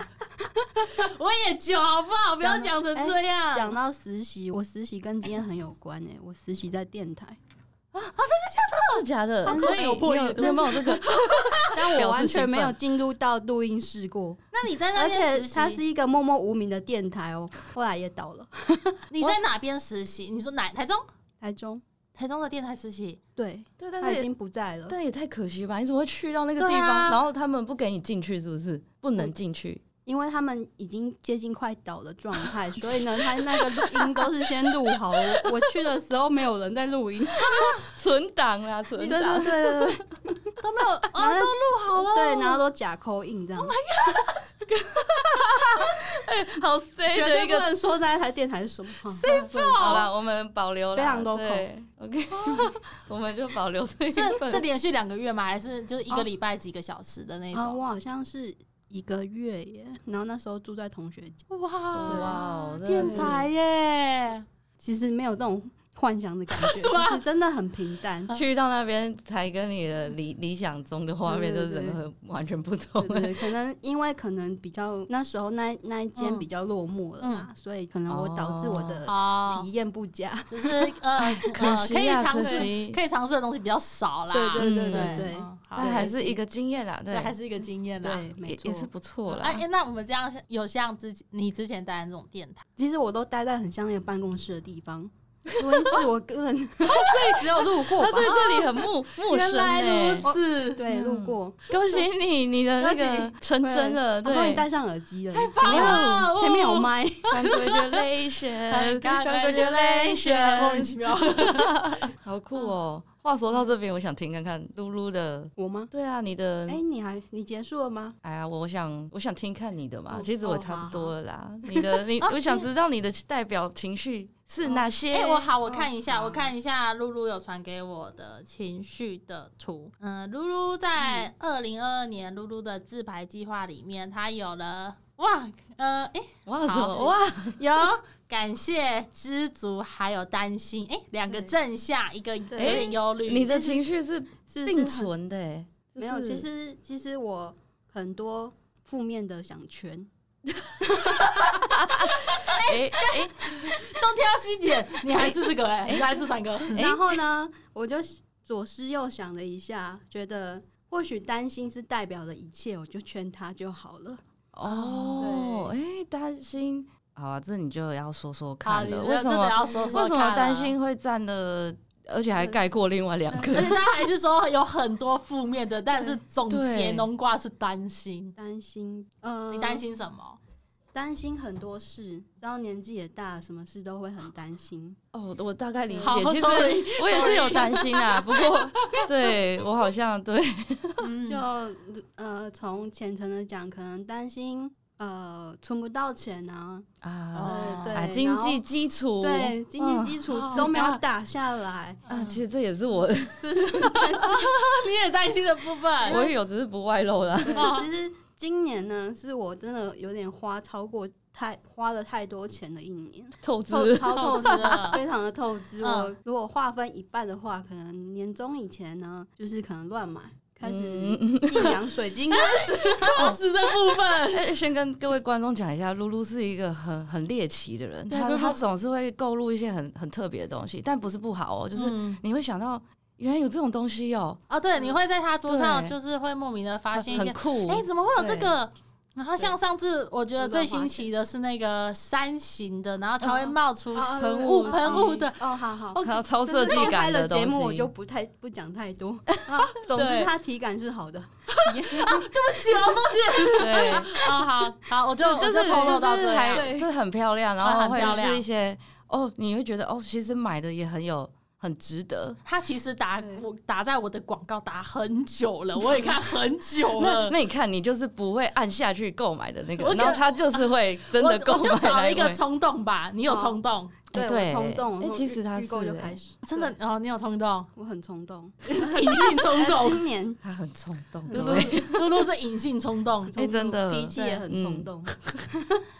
Speaker 1: 我也久好不好？不要讲成这样。
Speaker 2: 讲到实习，我实习跟经验很有关诶、我实习在电 台，
Speaker 3: 真的假的？
Speaker 1: 好
Speaker 3: 所
Speaker 1: 可
Speaker 3: 以
Speaker 1: 以
Speaker 3: 你
Speaker 1: 有破
Speaker 3: 有
Speaker 1: 亿的
Speaker 3: 你有没有这 个？
Speaker 2: 但我
Speaker 3: 表示
Speaker 2: 完
Speaker 3: 兴
Speaker 2: 全没有
Speaker 3: 奋
Speaker 2: 进入到录音室过，
Speaker 1: 那你在那
Speaker 2: 而且
Speaker 1: 边实习，
Speaker 2: 它是一个默默无名的电台哦、后来也倒了。
Speaker 1: 你在哪边实习？你说哪？台中？
Speaker 2: 台中，
Speaker 1: 台中的电台实习？
Speaker 2: 对，
Speaker 3: 对，
Speaker 2: 他
Speaker 3: 但
Speaker 2: 已
Speaker 3: 是也
Speaker 2: 经不在了。
Speaker 3: 但也太可惜吧？你怎么会去到那个地
Speaker 1: 对
Speaker 3: 方，
Speaker 1: 啊
Speaker 3: 然后他们不给你进去，是不是？不能进去，
Speaker 2: 因为他们已经接近快倒的状态， 所以呢，他那个录音都是先录好。我我去的时候没有人在录音，
Speaker 3: 存档啦，
Speaker 2: 对
Speaker 3: 存
Speaker 2: 对
Speaker 3: 档
Speaker 2: 对。对对，
Speaker 1: 都没有
Speaker 2: 然
Speaker 1: 啊，
Speaker 2: 后
Speaker 1: 都录好了。，Oh
Speaker 2: 对，然后都假扣印这样，
Speaker 3: 好 C
Speaker 2: 绝
Speaker 3: 的
Speaker 2: 对
Speaker 3: 一
Speaker 2: 不
Speaker 3: 个
Speaker 2: 能说那台电台是什么。
Speaker 3: 好啦，我们保留啦
Speaker 2: 非常多口
Speaker 3: 对，OK，我 们就保 留这一
Speaker 1: 是是
Speaker 3: 份。
Speaker 1: 连续两个月吗？还是就是一个礼拜几个小时的那
Speaker 2: 啊，
Speaker 1: 种？
Speaker 2: 我好像是一个月耶，然后那时候住在同学家，
Speaker 1: 哇哦
Speaker 3: 哇真
Speaker 1: 天
Speaker 3: 的是
Speaker 1: 才 耶！
Speaker 2: 其实没有这种幻想的感觉，
Speaker 1: 是吗
Speaker 2: 就是真的很平淡。
Speaker 3: 去到那边才跟你的理理想中的画面就
Speaker 2: 对
Speaker 3: 是
Speaker 2: 对对
Speaker 3: 整个完全不
Speaker 2: 对
Speaker 1: 哦
Speaker 3: 同。
Speaker 2: 对，对可能因为可能比较那时候那那一间
Speaker 1: 嗯
Speaker 2: 比较落寞了啦，所以可能我导致我的
Speaker 1: 哦
Speaker 2: 体，验不佳。
Speaker 1: 就是呃，
Speaker 3: 可
Speaker 1: 呃
Speaker 3: 惜
Speaker 1: 可以
Speaker 3: 啊
Speaker 1: 尝
Speaker 3: 可
Speaker 1: 试
Speaker 3: 惜
Speaker 1: 可以尝试的东西比较少啦。
Speaker 2: 对对对
Speaker 3: 嗯
Speaker 2: 对对
Speaker 1: 嗯好
Speaker 3: 但还是一个经验啦，啊
Speaker 1: 对，啊还是一个经验啦。
Speaker 2: 对，没
Speaker 3: 也
Speaker 2: 错
Speaker 3: 也。是不错
Speaker 1: 哎、
Speaker 3: 啦。
Speaker 1: 诶那我们这样有像之你之前待的那种电台
Speaker 2: 其实我都待在很像那个办公室的地方，录音室我根本所以只有路过
Speaker 3: 他
Speaker 2: 吧
Speaker 3: 啊对。这里很陌陌
Speaker 1: 原
Speaker 3: 生
Speaker 1: 来
Speaker 3: 哎、
Speaker 1: 如此，
Speaker 2: 对，路过，
Speaker 3: 恭喜你，你的那个成真了，
Speaker 2: 我终于
Speaker 3: 对。
Speaker 2: 戴上耳机了。
Speaker 1: 太棒了！
Speaker 2: 前面有
Speaker 1: 哦
Speaker 2: 麦，
Speaker 3: Congratulations,
Speaker 1: 莫名
Speaker 3: congratulations，
Speaker 1: 其 妙。
Speaker 3: 好酷哦！话说到这边，我想听看看露露的，
Speaker 2: 我吗？
Speaker 3: 对啊，你的，
Speaker 2: 哎，你还你结束了吗？
Speaker 3: 哎呀，我想我想听看你的嘛
Speaker 2: 哦，
Speaker 3: 其实我
Speaker 2: 哦好
Speaker 3: 差不
Speaker 2: 好
Speaker 3: 多了啦。你的，你，
Speaker 1: 哦
Speaker 3: 我想知道你的代表情绪是哪些？
Speaker 1: 哎，我好，我看一
Speaker 2: 哦
Speaker 1: 下，
Speaker 2: 好
Speaker 1: 我看一下露露有传给我的情绪的图。嗯，露露在
Speaker 2: 嗯
Speaker 1: 二零二二年露露的自排计划里面，她有了哇，呃，哎，
Speaker 3: 哇什么
Speaker 1: 好
Speaker 3: 哇？
Speaker 1: 有感谢、知足，还有担心，哎，两个
Speaker 2: 对
Speaker 1: 正向，一个有
Speaker 2: 对
Speaker 1: 点忧虑。
Speaker 3: 你的情绪是
Speaker 2: 是
Speaker 3: 并
Speaker 2: 是很
Speaker 3: 存的欸，
Speaker 2: 没有，
Speaker 3: 就
Speaker 2: 其
Speaker 3: 是
Speaker 2: 实其实我很多负面的想圈，
Speaker 3: 哎哎
Speaker 1: 东挑西 拣，你还是这个哎，你还是三个。
Speaker 3: 哎
Speaker 2: 然后呢，我就左思右想了一下，觉得或许担心是代表了一切，我就圈它就好了。
Speaker 3: 哦，哎，担心，好啊，这你就要说说
Speaker 1: 好，
Speaker 3: 看
Speaker 1: 你
Speaker 3: 了，
Speaker 1: 这
Speaker 3: 为什
Speaker 1: 啊真的
Speaker 3: 么
Speaker 1: 要说说
Speaker 3: 为什么
Speaker 1: 看
Speaker 3: 担
Speaker 1: 了
Speaker 3: 心会占了，而且还盖过另外两
Speaker 1: 而
Speaker 3: 个？
Speaker 1: 且他还是说有很多负面的，但是总结
Speaker 3: 对
Speaker 1: 农瓜是担心。
Speaker 2: 担心，呃，
Speaker 1: 你担心什么？
Speaker 2: 担心很多事，然后年纪也大，什么事都会很担心。
Speaker 3: 哦，我大概理
Speaker 1: 好
Speaker 3: 解，其实
Speaker 1: ，sorry，
Speaker 3: 我也是
Speaker 1: sorry
Speaker 3: 有担心啊，不过对我好像对
Speaker 1: 嗯
Speaker 2: 就呃，从浅层的讲，可能担心呃存不到钱啊，
Speaker 3: 啊
Speaker 1: 哦
Speaker 2: 呃对，
Speaker 3: 啊
Speaker 2: 然后
Speaker 3: 经济基础
Speaker 2: 对经济基础
Speaker 1: 哦
Speaker 2: 都没有打下 来，
Speaker 3: 啊，其
Speaker 1: 实
Speaker 3: 实这也是我
Speaker 1: 你也担心的部分。
Speaker 3: 我也有，只是不外露啦。
Speaker 1: 哦
Speaker 2: 对，其实今年呢，是我真的有点花超过太花了太多钱的一年，
Speaker 3: 透
Speaker 2: 透
Speaker 3: 支
Speaker 2: 超 透支
Speaker 1: 透支了
Speaker 2: 了，非常的透支。
Speaker 1: 嗯
Speaker 2: 我如果划分一半的话，可能年终以前呢，就是可能乱买，开始
Speaker 3: 嗯
Speaker 2: 信仰水晶 啊，
Speaker 1: 当时的部分，
Speaker 3: 哎先跟各位观众讲一下，露露是一个很很猎奇的人，
Speaker 1: 对
Speaker 3: 她
Speaker 1: 露露
Speaker 3: 她总是会购入一些很很特别的东西，但不是不好哦，就是
Speaker 1: 嗯
Speaker 3: 你会想到原来有这种东西哦，
Speaker 1: 哦，对，你会在他桌上，
Speaker 3: 对
Speaker 1: 就是会莫名的发现
Speaker 3: 很
Speaker 1: 一些
Speaker 3: 很，酷。
Speaker 1: 哎，怎么会有这个？然后像上次，我觉得最
Speaker 2: 对
Speaker 1: 新奇的是那个山形的，然后它
Speaker 3: 嗯
Speaker 1: 会冒出
Speaker 3: 啊
Speaker 2: 哦
Speaker 1: 生
Speaker 2: 对
Speaker 1: 物
Speaker 2: 对对
Speaker 1: 喷雾的，
Speaker 2: 哦，好好。
Speaker 3: 超超
Speaker 2: 这
Speaker 3: 设计感
Speaker 2: 的
Speaker 3: 的东
Speaker 2: 节
Speaker 3: 西，
Speaker 2: 目我就不太不讲太多，啊总之
Speaker 3: 对
Speaker 2: 它体感是好的，
Speaker 1: 喜欢风姐。
Speaker 3: 对，
Speaker 1: 哦，好好，我就
Speaker 3: 就
Speaker 1: 我
Speaker 3: 是
Speaker 1: 透露到
Speaker 3: 就
Speaker 1: 这样
Speaker 3: 是还
Speaker 2: 对
Speaker 3: 就是很漂亮，然
Speaker 1: 啊
Speaker 3: 后
Speaker 1: 很
Speaker 3: 会
Speaker 1: 漂亮
Speaker 3: 是一些哦，你会觉得哦，其实买的也很有很值得。
Speaker 1: 他其实打
Speaker 2: 对
Speaker 1: 我打在我的广告打很久了，我也看很久
Speaker 3: 那
Speaker 1: 了。
Speaker 3: 那你看，你就是不会按下去购买的那个
Speaker 1: 嗯我，
Speaker 3: 然后
Speaker 1: 就
Speaker 3: 他就是会真的
Speaker 1: 我
Speaker 3: 购
Speaker 1: 我就
Speaker 3: 买
Speaker 1: 少
Speaker 3: 那
Speaker 1: 了一
Speaker 3: 一
Speaker 1: 个
Speaker 3: 位。
Speaker 1: 冲动吧，你有冲动，
Speaker 3: 哎
Speaker 2: 我冲动，
Speaker 3: 哎，
Speaker 2: 我
Speaker 3: 其
Speaker 2: 预
Speaker 3: 实他
Speaker 2: 预
Speaker 3: 是
Speaker 2: 购就开
Speaker 3: 哎
Speaker 2: 始，
Speaker 1: 真的哦，你有冲 动，
Speaker 2: 我很冲动，
Speaker 1: 隐性冲动，
Speaker 2: 今年
Speaker 3: 他很冲动，对
Speaker 1: 露
Speaker 3: 不
Speaker 1: 露
Speaker 3: 对？
Speaker 1: 露露是隐性冲动，
Speaker 3: 哎真的
Speaker 2: 脾气也很
Speaker 3: 对
Speaker 2: 冲
Speaker 3: 嗯
Speaker 2: 动，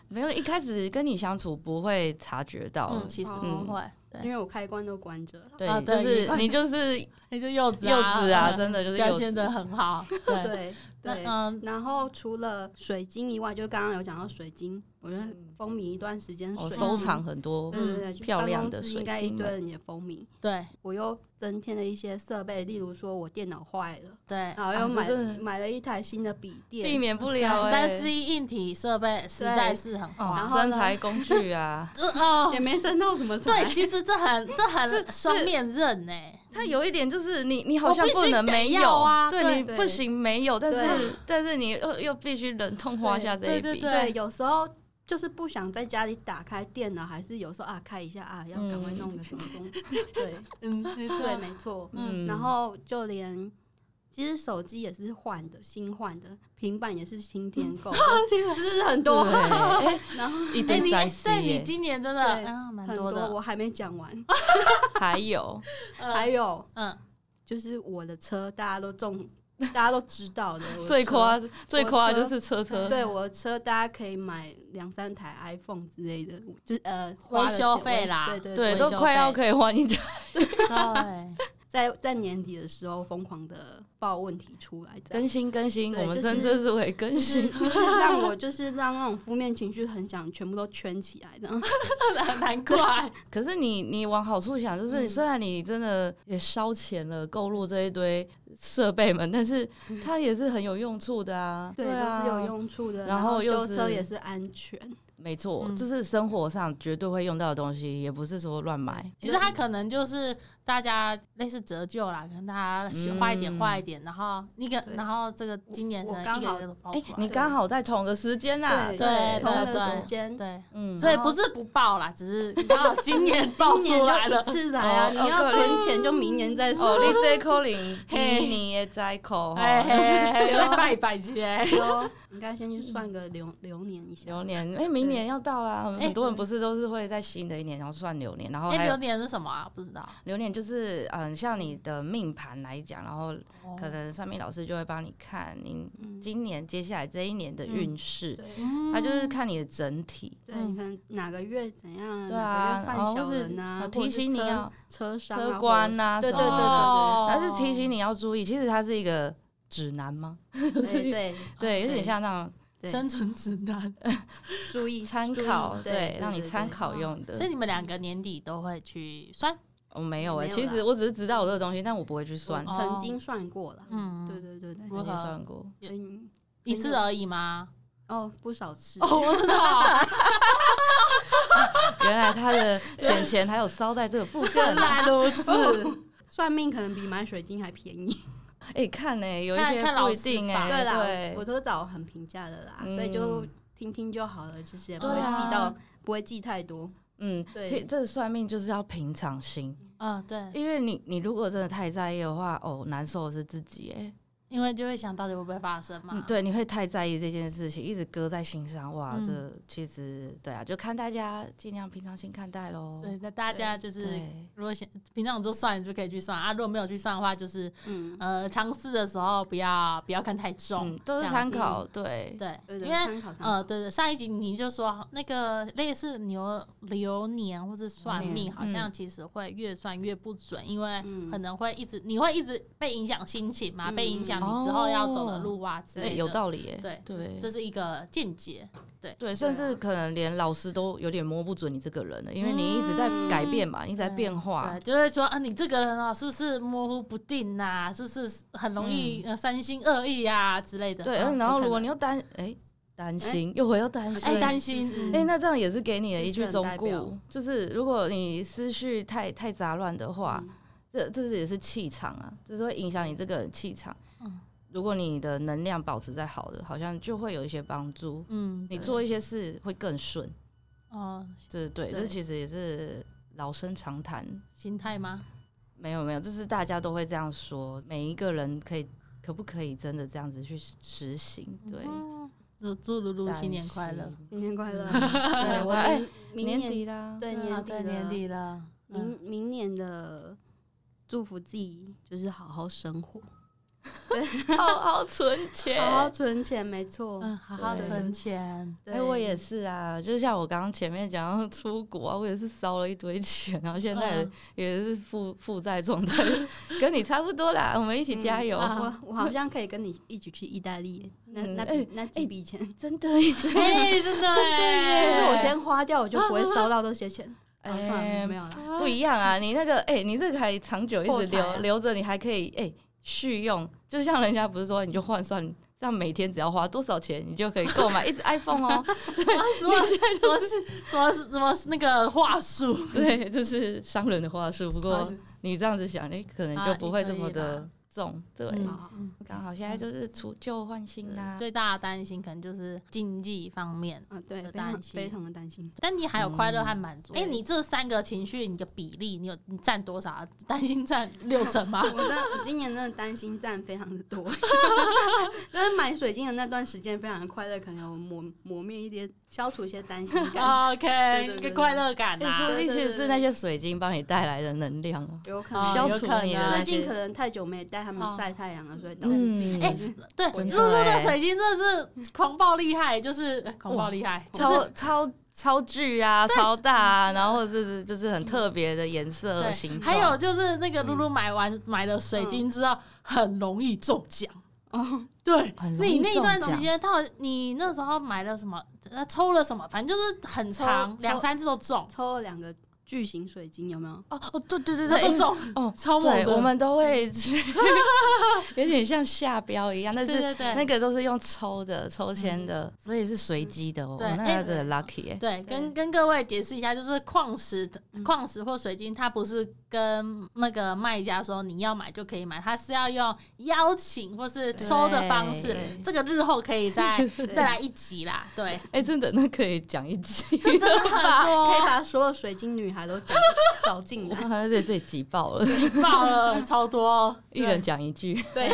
Speaker 3: 没有一开始跟你相处不会察觉到
Speaker 1: 嗯，，其实不
Speaker 3: 哦
Speaker 2: 嗯
Speaker 1: 会，对
Speaker 2: 因为我开关都关着了。
Speaker 3: 对
Speaker 1: 啊，
Speaker 3: 就
Speaker 1: 对
Speaker 3: 是 你就是幼
Speaker 1: 你就幼
Speaker 3: 稚
Speaker 1: 稚
Speaker 3: 啊，
Speaker 1: 嗯
Speaker 3: 真的就是
Speaker 1: 表
Speaker 3: 幼
Speaker 1: 现
Speaker 3: 稚
Speaker 1: 的。很好，对，
Speaker 2: 对
Speaker 1: 那
Speaker 2: 对。
Speaker 1: 嗯，
Speaker 2: 然后除了水晶以外，就刚刚有讲到水晶，我觉得风靡一段时间
Speaker 3: 我
Speaker 2: 水
Speaker 3: 哦收
Speaker 2: 晶，
Speaker 3: 藏很多
Speaker 2: 对对对，
Speaker 3: 嗯漂亮的
Speaker 2: 办公室
Speaker 3: 水
Speaker 2: 应该
Speaker 3: 晶
Speaker 2: 一堆人也风靡。
Speaker 1: 对
Speaker 2: 我又增添了一些设备，例如说我电脑坏了，
Speaker 1: 对，
Speaker 2: 然后又
Speaker 3: 啊
Speaker 2: 买
Speaker 3: 这真的
Speaker 2: 买了一台新的笔
Speaker 3: 避
Speaker 2: 电，
Speaker 3: 免不了哎
Speaker 1: 啊三 C 硬体设备实在是很
Speaker 3: 哦
Speaker 1: 花，
Speaker 2: 然后
Speaker 3: 身
Speaker 2: 呢
Speaker 3: 材工 具啊，
Speaker 1: 就哦
Speaker 2: 也，没升到什么
Speaker 1: 对，
Speaker 2: 材。
Speaker 1: 其实这很这
Speaker 3: 这这
Speaker 1: 很双面刃呢，
Speaker 3: 它有一点就是你，你好
Speaker 1: 我
Speaker 3: 像
Speaker 1: 必须
Speaker 3: 不能
Speaker 1: 得
Speaker 3: 没
Speaker 1: 要
Speaker 3: 有
Speaker 1: 啊
Speaker 3: 对
Speaker 1: 对
Speaker 3: 你
Speaker 2: 对
Speaker 3: 不行没有，但
Speaker 2: 对
Speaker 3: 是 但是你又又必须忍痛花下这
Speaker 1: 对
Speaker 3: 一
Speaker 1: 对
Speaker 3: 笔，
Speaker 1: 对
Speaker 2: 对，有时候就是不想在家里打开电脑，还是有时候啊开一下啊，要赶快
Speaker 3: 嗯
Speaker 2: 弄个什么东西。 对
Speaker 1: 嗯，没错，
Speaker 2: 对，没错。
Speaker 3: 嗯，
Speaker 2: 然后就连其实手机也是换的，新换的，平板也是新添 购的，就是很
Speaker 3: 哦对，
Speaker 2: 多，
Speaker 3: 哎
Speaker 2: 然后
Speaker 3: 一
Speaker 1: 哎，
Speaker 3: 堆
Speaker 1: 你哎
Speaker 3: 三
Speaker 1: 对
Speaker 3: C
Speaker 1: 你
Speaker 3: 耶，
Speaker 1: 今年真的
Speaker 2: 对
Speaker 1: 嗯蛮
Speaker 2: 很多
Speaker 1: 多的，
Speaker 2: 我还没讲完，
Speaker 3: 还有
Speaker 1: 呃
Speaker 2: 还有
Speaker 1: 嗯，
Speaker 2: 就是我的车，大家都中，大家都知道的，我的
Speaker 3: 最
Speaker 2: 车
Speaker 3: 夸最夸
Speaker 2: 车
Speaker 3: 就是车车，
Speaker 2: 对我的车，大家可以买两三台 iPhone 之类的，就是呃
Speaker 1: 维
Speaker 2: 花了
Speaker 1: 修
Speaker 2: 钱
Speaker 1: 费
Speaker 2: 维
Speaker 1: 啦
Speaker 2: 对对
Speaker 3: 对，
Speaker 1: 维
Speaker 3: 都
Speaker 1: 修
Speaker 3: 快要
Speaker 1: 费
Speaker 3: 可以换一台，
Speaker 1: 对，
Speaker 2: 在在年底的时候疯狂的爆问题出来，这样
Speaker 3: 更新更新，
Speaker 2: 对
Speaker 3: 我
Speaker 2: 就
Speaker 3: 们
Speaker 2: 是
Speaker 3: 真的是会更
Speaker 2: 就是
Speaker 3: 新，
Speaker 2: 就是让我就是让那种负面情绪很想全部都圈起来 的，
Speaker 1: 难怪，
Speaker 3: 可是你你往好处想，就是
Speaker 2: 嗯
Speaker 3: 虽然你真的也烧钱了，购入这一堆设备们，但是它也是很有用处的啊，
Speaker 2: 对，
Speaker 3: 啊
Speaker 2: 都是有用处的。
Speaker 3: 然
Speaker 2: 然
Speaker 3: 后
Speaker 2: 修
Speaker 3: 又
Speaker 2: 车
Speaker 3: 是
Speaker 2: 也是安全，
Speaker 3: 没错，
Speaker 1: 嗯
Speaker 3: 这是生活上绝对会用到的东西，也不是说乱买。
Speaker 1: 其实它可能就是大家类似折旧啦，可能大家喜欢坏一点
Speaker 3: 嗯
Speaker 1: 坏一点，然后一个
Speaker 2: 对
Speaker 1: 然后这个今年
Speaker 2: 我
Speaker 1: 可能
Speaker 2: 刚
Speaker 1: 一个
Speaker 2: 好
Speaker 1: 一个都爆
Speaker 3: 哎、
Speaker 1: 出来，
Speaker 3: 你刚好在同个时间啊，
Speaker 2: 对
Speaker 1: 对
Speaker 2: 同
Speaker 1: 对
Speaker 2: 的
Speaker 1: 对
Speaker 2: 时间，
Speaker 1: 对，
Speaker 3: 嗯，
Speaker 1: 所以
Speaker 2: 然后
Speaker 1: 不是不报啦，只是刚好今年爆
Speaker 2: 今年
Speaker 1: 出来
Speaker 2: 就一
Speaker 1: 了。
Speaker 2: 次来啊！
Speaker 3: 哦
Speaker 2: 你
Speaker 3: 哦
Speaker 2: 要
Speaker 3: 可
Speaker 2: 存钱就明年再
Speaker 3: 哦，
Speaker 2: 说。
Speaker 3: 你这可能
Speaker 1: 嘿
Speaker 3: 比你也在口哦
Speaker 1: 哎
Speaker 3: 哈，
Speaker 1: 嘿嘿，嘿 拜拜节，
Speaker 2: 哦应该先去算个流流年一下。
Speaker 3: 流年哎、明年要到啦，
Speaker 1: 哎
Speaker 3: 很多人不是都是会在新的一年然后算流年，然后
Speaker 1: 哎，
Speaker 3: 还
Speaker 1: 流
Speaker 3: 有
Speaker 1: 年是什么啊？不知道，
Speaker 3: 流年就是嗯，像你的命盘来讲，然后可能算命老师就会帮你看你
Speaker 2: 哦嗯，
Speaker 3: 今年接下来这一年的运势，
Speaker 2: 对
Speaker 1: 嗯
Speaker 3: 他就是看你的整体。
Speaker 2: 对，你看哪个月怎样，
Speaker 3: 嗯对啊
Speaker 2: 哪，嗯个月
Speaker 3: 然
Speaker 2: 犯
Speaker 3: 后
Speaker 2: 小
Speaker 3: 或是
Speaker 2: 人啊，
Speaker 3: 呃
Speaker 2: 或
Speaker 3: 提
Speaker 2: 者是
Speaker 3: 醒你
Speaker 2: 车
Speaker 3: 要
Speaker 2: 车伤啊
Speaker 3: 车官呐、啊，
Speaker 2: 对
Speaker 3: 什
Speaker 2: 对
Speaker 3: 么
Speaker 2: 对
Speaker 3: 的
Speaker 1: 哦
Speaker 3: 然后就提醒你要注意。其实它是一个指南吗？
Speaker 2: 或者是对对
Speaker 3: 对，有
Speaker 2: 哦对
Speaker 3: 点像那种
Speaker 2: 对
Speaker 1: 生存指南。
Speaker 2: 注意
Speaker 3: 参
Speaker 2: 注意
Speaker 3: 考，
Speaker 2: 对对，
Speaker 3: 让你
Speaker 2: 对哦
Speaker 3: 参
Speaker 2: 对
Speaker 3: 考用 的。
Speaker 1: 所以你们两个年底都会去算，
Speaker 3: 我没有哎、
Speaker 2: 没有
Speaker 3: 其实
Speaker 2: 啦
Speaker 3: 我只是知道我这个东西，但我不会去算哦
Speaker 2: 我，曾经算过了，
Speaker 1: 嗯
Speaker 2: 对对对对，
Speaker 1: 如
Speaker 3: 没
Speaker 1: 何
Speaker 3: 算过。
Speaker 1: 也
Speaker 2: 所以你
Speaker 1: 一次而已吗？
Speaker 2: 哦不少次，
Speaker 1: 哦，我知道，
Speaker 3: 原来他的钱钱还有烧在这个 部分
Speaker 1: 原
Speaker 3: 啊。
Speaker 1: 来如此。
Speaker 2: 算命可能比买水晶还便宜。
Speaker 3: 哎、看呢、有一
Speaker 1: 看
Speaker 3: 些
Speaker 1: 看
Speaker 3: 不
Speaker 1: 老
Speaker 3: 一
Speaker 1: 师
Speaker 3: 定
Speaker 1: 吧
Speaker 3: 哎、
Speaker 2: 对啦
Speaker 3: 对，
Speaker 2: 我都找很平价的啦，
Speaker 3: 嗯
Speaker 2: 所以就听听就好了，其实也不会
Speaker 1: 对啊
Speaker 2: 记到，不会记太多。
Speaker 3: 嗯，
Speaker 2: 对
Speaker 3: 其实这算命就是要平常心，
Speaker 1: 嗯，对，
Speaker 3: 因为你你如果真的太在意的话，哦，难受的是自己哎、
Speaker 1: 因为就会想到底会不会发生
Speaker 3: 嗯
Speaker 1: 嘛。
Speaker 3: 对，你会太在意这件事情，一直搁在心上，哇，
Speaker 1: 嗯
Speaker 3: 这其实对啊，就看大家尽量平常心看待喽。
Speaker 1: 对，那大家就是
Speaker 3: 对，
Speaker 1: 如果想平常就算就可以去算啊，如果没有去算的话，就是
Speaker 2: 嗯，
Speaker 1: 呃尝试的时候不要不要看太重
Speaker 3: 嗯，，都是
Speaker 1: 这样
Speaker 3: 参
Speaker 1: 子
Speaker 3: 考，对，
Speaker 1: 对，
Speaker 2: 对
Speaker 1: 因
Speaker 2: 对，
Speaker 1: 为。
Speaker 2: 参
Speaker 3: 嗯
Speaker 2: 考参考。
Speaker 1: 呃，对对，上一集你就说那个类似牛流年或是算
Speaker 3: 流
Speaker 1: 命，
Speaker 3: 年
Speaker 1: 好像其实会越算越不准，因为
Speaker 2: 嗯
Speaker 1: 可能会一直你会一直被影响心情嘛，
Speaker 2: 嗯
Speaker 1: 被影响你之后要走的
Speaker 3: 哦
Speaker 1: 路啊之类
Speaker 3: 对，
Speaker 1: 的。
Speaker 3: 有道理哎、
Speaker 1: 对
Speaker 3: 对
Speaker 1: 这是一个见解。
Speaker 3: 对，
Speaker 1: 啊
Speaker 3: 甚至可能连老师都有点摸不准你这个人了，因为你一直在改变嘛，你一直在
Speaker 1: 嗯对
Speaker 3: 变化
Speaker 1: 对，。就会说啊，你这个人啊，是不是模糊不定呐、是不是很容易、呃三心二意啊之类的？
Speaker 3: 嗯对，
Speaker 1: 嗯
Speaker 3: 嗯然后
Speaker 1: 有可
Speaker 3: 如果
Speaker 1: 能
Speaker 3: 你又担哎担心，又回到担心，
Speaker 1: 哎
Speaker 2: 对
Speaker 1: 担心
Speaker 2: 就是
Speaker 1: 嗯
Speaker 3: 哎、那这样也是给你的
Speaker 2: 思
Speaker 3: 一
Speaker 2: 绪
Speaker 3: 句
Speaker 2: 很
Speaker 3: 忠
Speaker 2: 代表
Speaker 3: 告，就是如果你思绪太太杂乱的话，
Speaker 2: 嗯
Speaker 3: 这这也是气场啊，就是会影响你这个人气场。
Speaker 1: 嗯
Speaker 3: 如果你的能量保持在好的，好像就会有一些帮助，
Speaker 1: 嗯，
Speaker 3: 你
Speaker 2: 对
Speaker 3: 做一些事会更顺。
Speaker 1: 哦、
Speaker 3: 这对，
Speaker 2: 对
Speaker 3: 这其实也是老生常谈。
Speaker 1: 心态吗？
Speaker 3: 没有没有，就是大家都会这样说，每一个人可以可不可以真的这样子去实行？对，
Speaker 1: 嗯祝祝露露
Speaker 3: 但
Speaker 1: 新年快乐
Speaker 3: 是！！
Speaker 2: 新年快 乐！
Speaker 3: 对
Speaker 2: 对，我
Speaker 3: 哎
Speaker 2: 们明
Speaker 3: 年
Speaker 2: 年
Speaker 3: 底啦，
Speaker 2: 哦对
Speaker 1: 对啊
Speaker 2: 年底
Speaker 1: 对
Speaker 2: 了
Speaker 1: 年底了，嗯
Speaker 2: 明明年的祝福自己就是好好生活，
Speaker 3: 好好存钱
Speaker 2: 好好存钱，没错。
Speaker 1: 嗯，好好
Speaker 3: 对
Speaker 1: 存钱。
Speaker 2: 对
Speaker 3: 哎，我也是啊，就像我刚刚前面讲到出国啊，我也是烧了一堆钱，然后现在
Speaker 1: 嗯
Speaker 3: 也是负负债状态，跟你差不多啦，我们一起加油，
Speaker 1: 啊
Speaker 2: 嗯 我我好像可以跟你一起去意大利耶，那
Speaker 3: 嗯
Speaker 2: 那
Speaker 3: 哎
Speaker 2: 笔那几笔 钱，
Speaker 3: 真的耶，
Speaker 1: 哎，真的
Speaker 2: 其
Speaker 1: 耶！
Speaker 2: 实我先花掉，我就不会烧到这些钱。 啊，算了，我没有啦。
Speaker 3: 不一样啊，你那个哎、你这个还长久一
Speaker 2: 破
Speaker 3: 直
Speaker 2: 财
Speaker 3: 留、
Speaker 2: 啊
Speaker 3: 留着，你还可以哎、续用，就像人家不是说你就换算，这样每天只要花多少钱，你就可以 购买一只 iPhone 哦。
Speaker 1: 什么啊什么什么什么那个话术？
Speaker 3: 对，这是商人的话术，不
Speaker 1: 啊
Speaker 3: 过你这样子想，你哎可能就
Speaker 1: 啊
Speaker 3: 不会
Speaker 1: 也可
Speaker 3: 这么
Speaker 1: 以
Speaker 3: 的
Speaker 1: 啦
Speaker 3: 重。对，
Speaker 1: 嗯
Speaker 2: 好好
Speaker 3: 刚好现在就是除旧换新啊啦、
Speaker 1: 最大的担心可能就是经济方面，
Speaker 2: 啊，对，
Speaker 1: 的
Speaker 2: 非常
Speaker 1: 担心
Speaker 2: 非常的担心。
Speaker 1: 但你还有快乐和满足。哎、
Speaker 2: 嗯
Speaker 1: 你这三个情绪，你的比例，你有你占多少啊？担心 占六成吗
Speaker 2: 我？真的，我今年真的担心占非常的 多。但是买水晶的那段时间非常的快乐，可能有磨磨灭一点，消除一些担心 感，
Speaker 1: OK，
Speaker 2: 对对
Speaker 1: 一
Speaker 2: 对
Speaker 1: 个快乐感
Speaker 3: 哎说
Speaker 1: 啊
Speaker 3: 不。定其实
Speaker 2: 对对
Speaker 3: 是那些水晶帮你带来的能量啊，
Speaker 2: 有可
Speaker 1: 哦
Speaker 2: 能。
Speaker 3: 消
Speaker 1: 有
Speaker 3: 除
Speaker 1: 可
Speaker 3: 你的
Speaker 1: 能
Speaker 3: 那
Speaker 2: 最
Speaker 3: 些
Speaker 2: 近可能太久没带他们晒太阳了，所以导致自己
Speaker 3: 嗯，
Speaker 1: 哎对，
Speaker 3: 真的
Speaker 1: 露露的
Speaker 3: 哎
Speaker 1: 水晶真的是狂暴厉害，就是呃狂暴
Speaker 3: 哇
Speaker 1: 厉害，就是
Speaker 3: 超超超巨啊，超大啊，然后就是就是很特别的颜色
Speaker 1: 对。
Speaker 3: 形
Speaker 1: 还
Speaker 3: 状，
Speaker 1: 有就是那个
Speaker 3: 嗯
Speaker 1: 露露买完买了水晶之后，很容易中奖。
Speaker 3: 嗯
Speaker 2: 哦，
Speaker 1: 对
Speaker 3: 很，容易
Speaker 1: 你那一段
Speaker 3: 中
Speaker 1: 时
Speaker 3: 奖
Speaker 1: 间，到你那时候买了什么，呃，抽了什么，反正就是很长，
Speaker 2: 抽
Speaker 1: 两三次都中。
Speaker 2: 抽了两个巨型水晶有没有？
Speaker 3: 哦哦，对对对
Speaker 1: 那
Speaker 3: 对，
Speaker 1: 都中
Speaker 3: 哦，
Speaker 1: 超猛
Speaker 3: 对，
Speaker 1: 的，
Speaker 3: 我们都会 去，有点像下标一样，但
Speaker 1: 对
Speaker 3: 是
Speaker 1: 对对
Speaker 3: 那个都是用抽的、抽签的，所以是随机的哦。
Speaker 1: 对
Speaker 3: 哦那
Speaker 1: 哎
Speaker 3: 他真的 lucky 哎、
Speaker 1: 对，跟跟各位解释一下，就是矿石、
Speaker 3: 嗯
Speaker 1: 矿石或水晶，它不是跟那个卖家说你要买就可以买，它是要用邀请或是抽的方式
Speaker 3: 对。
Speaker 1: 这个日后可以 再
Speaker 2: 对
Speaker 1: 再来一集啦，对，
Speaker 3: 哎、真的，那可以讲 一集，
Speaker 1: 真的很
Speaker 2: 可以
Speaker 1: 多
Speaker 2: 把所有水晶女孩都找找进
Speaker 3: 我
Speaker 2: 来。
Speaker 3: 好像哦在这里挤爆了，
Speaker 1: 爆了，超多，哦
Speaker 3: 一人讲一句，
Speaker 2: 对，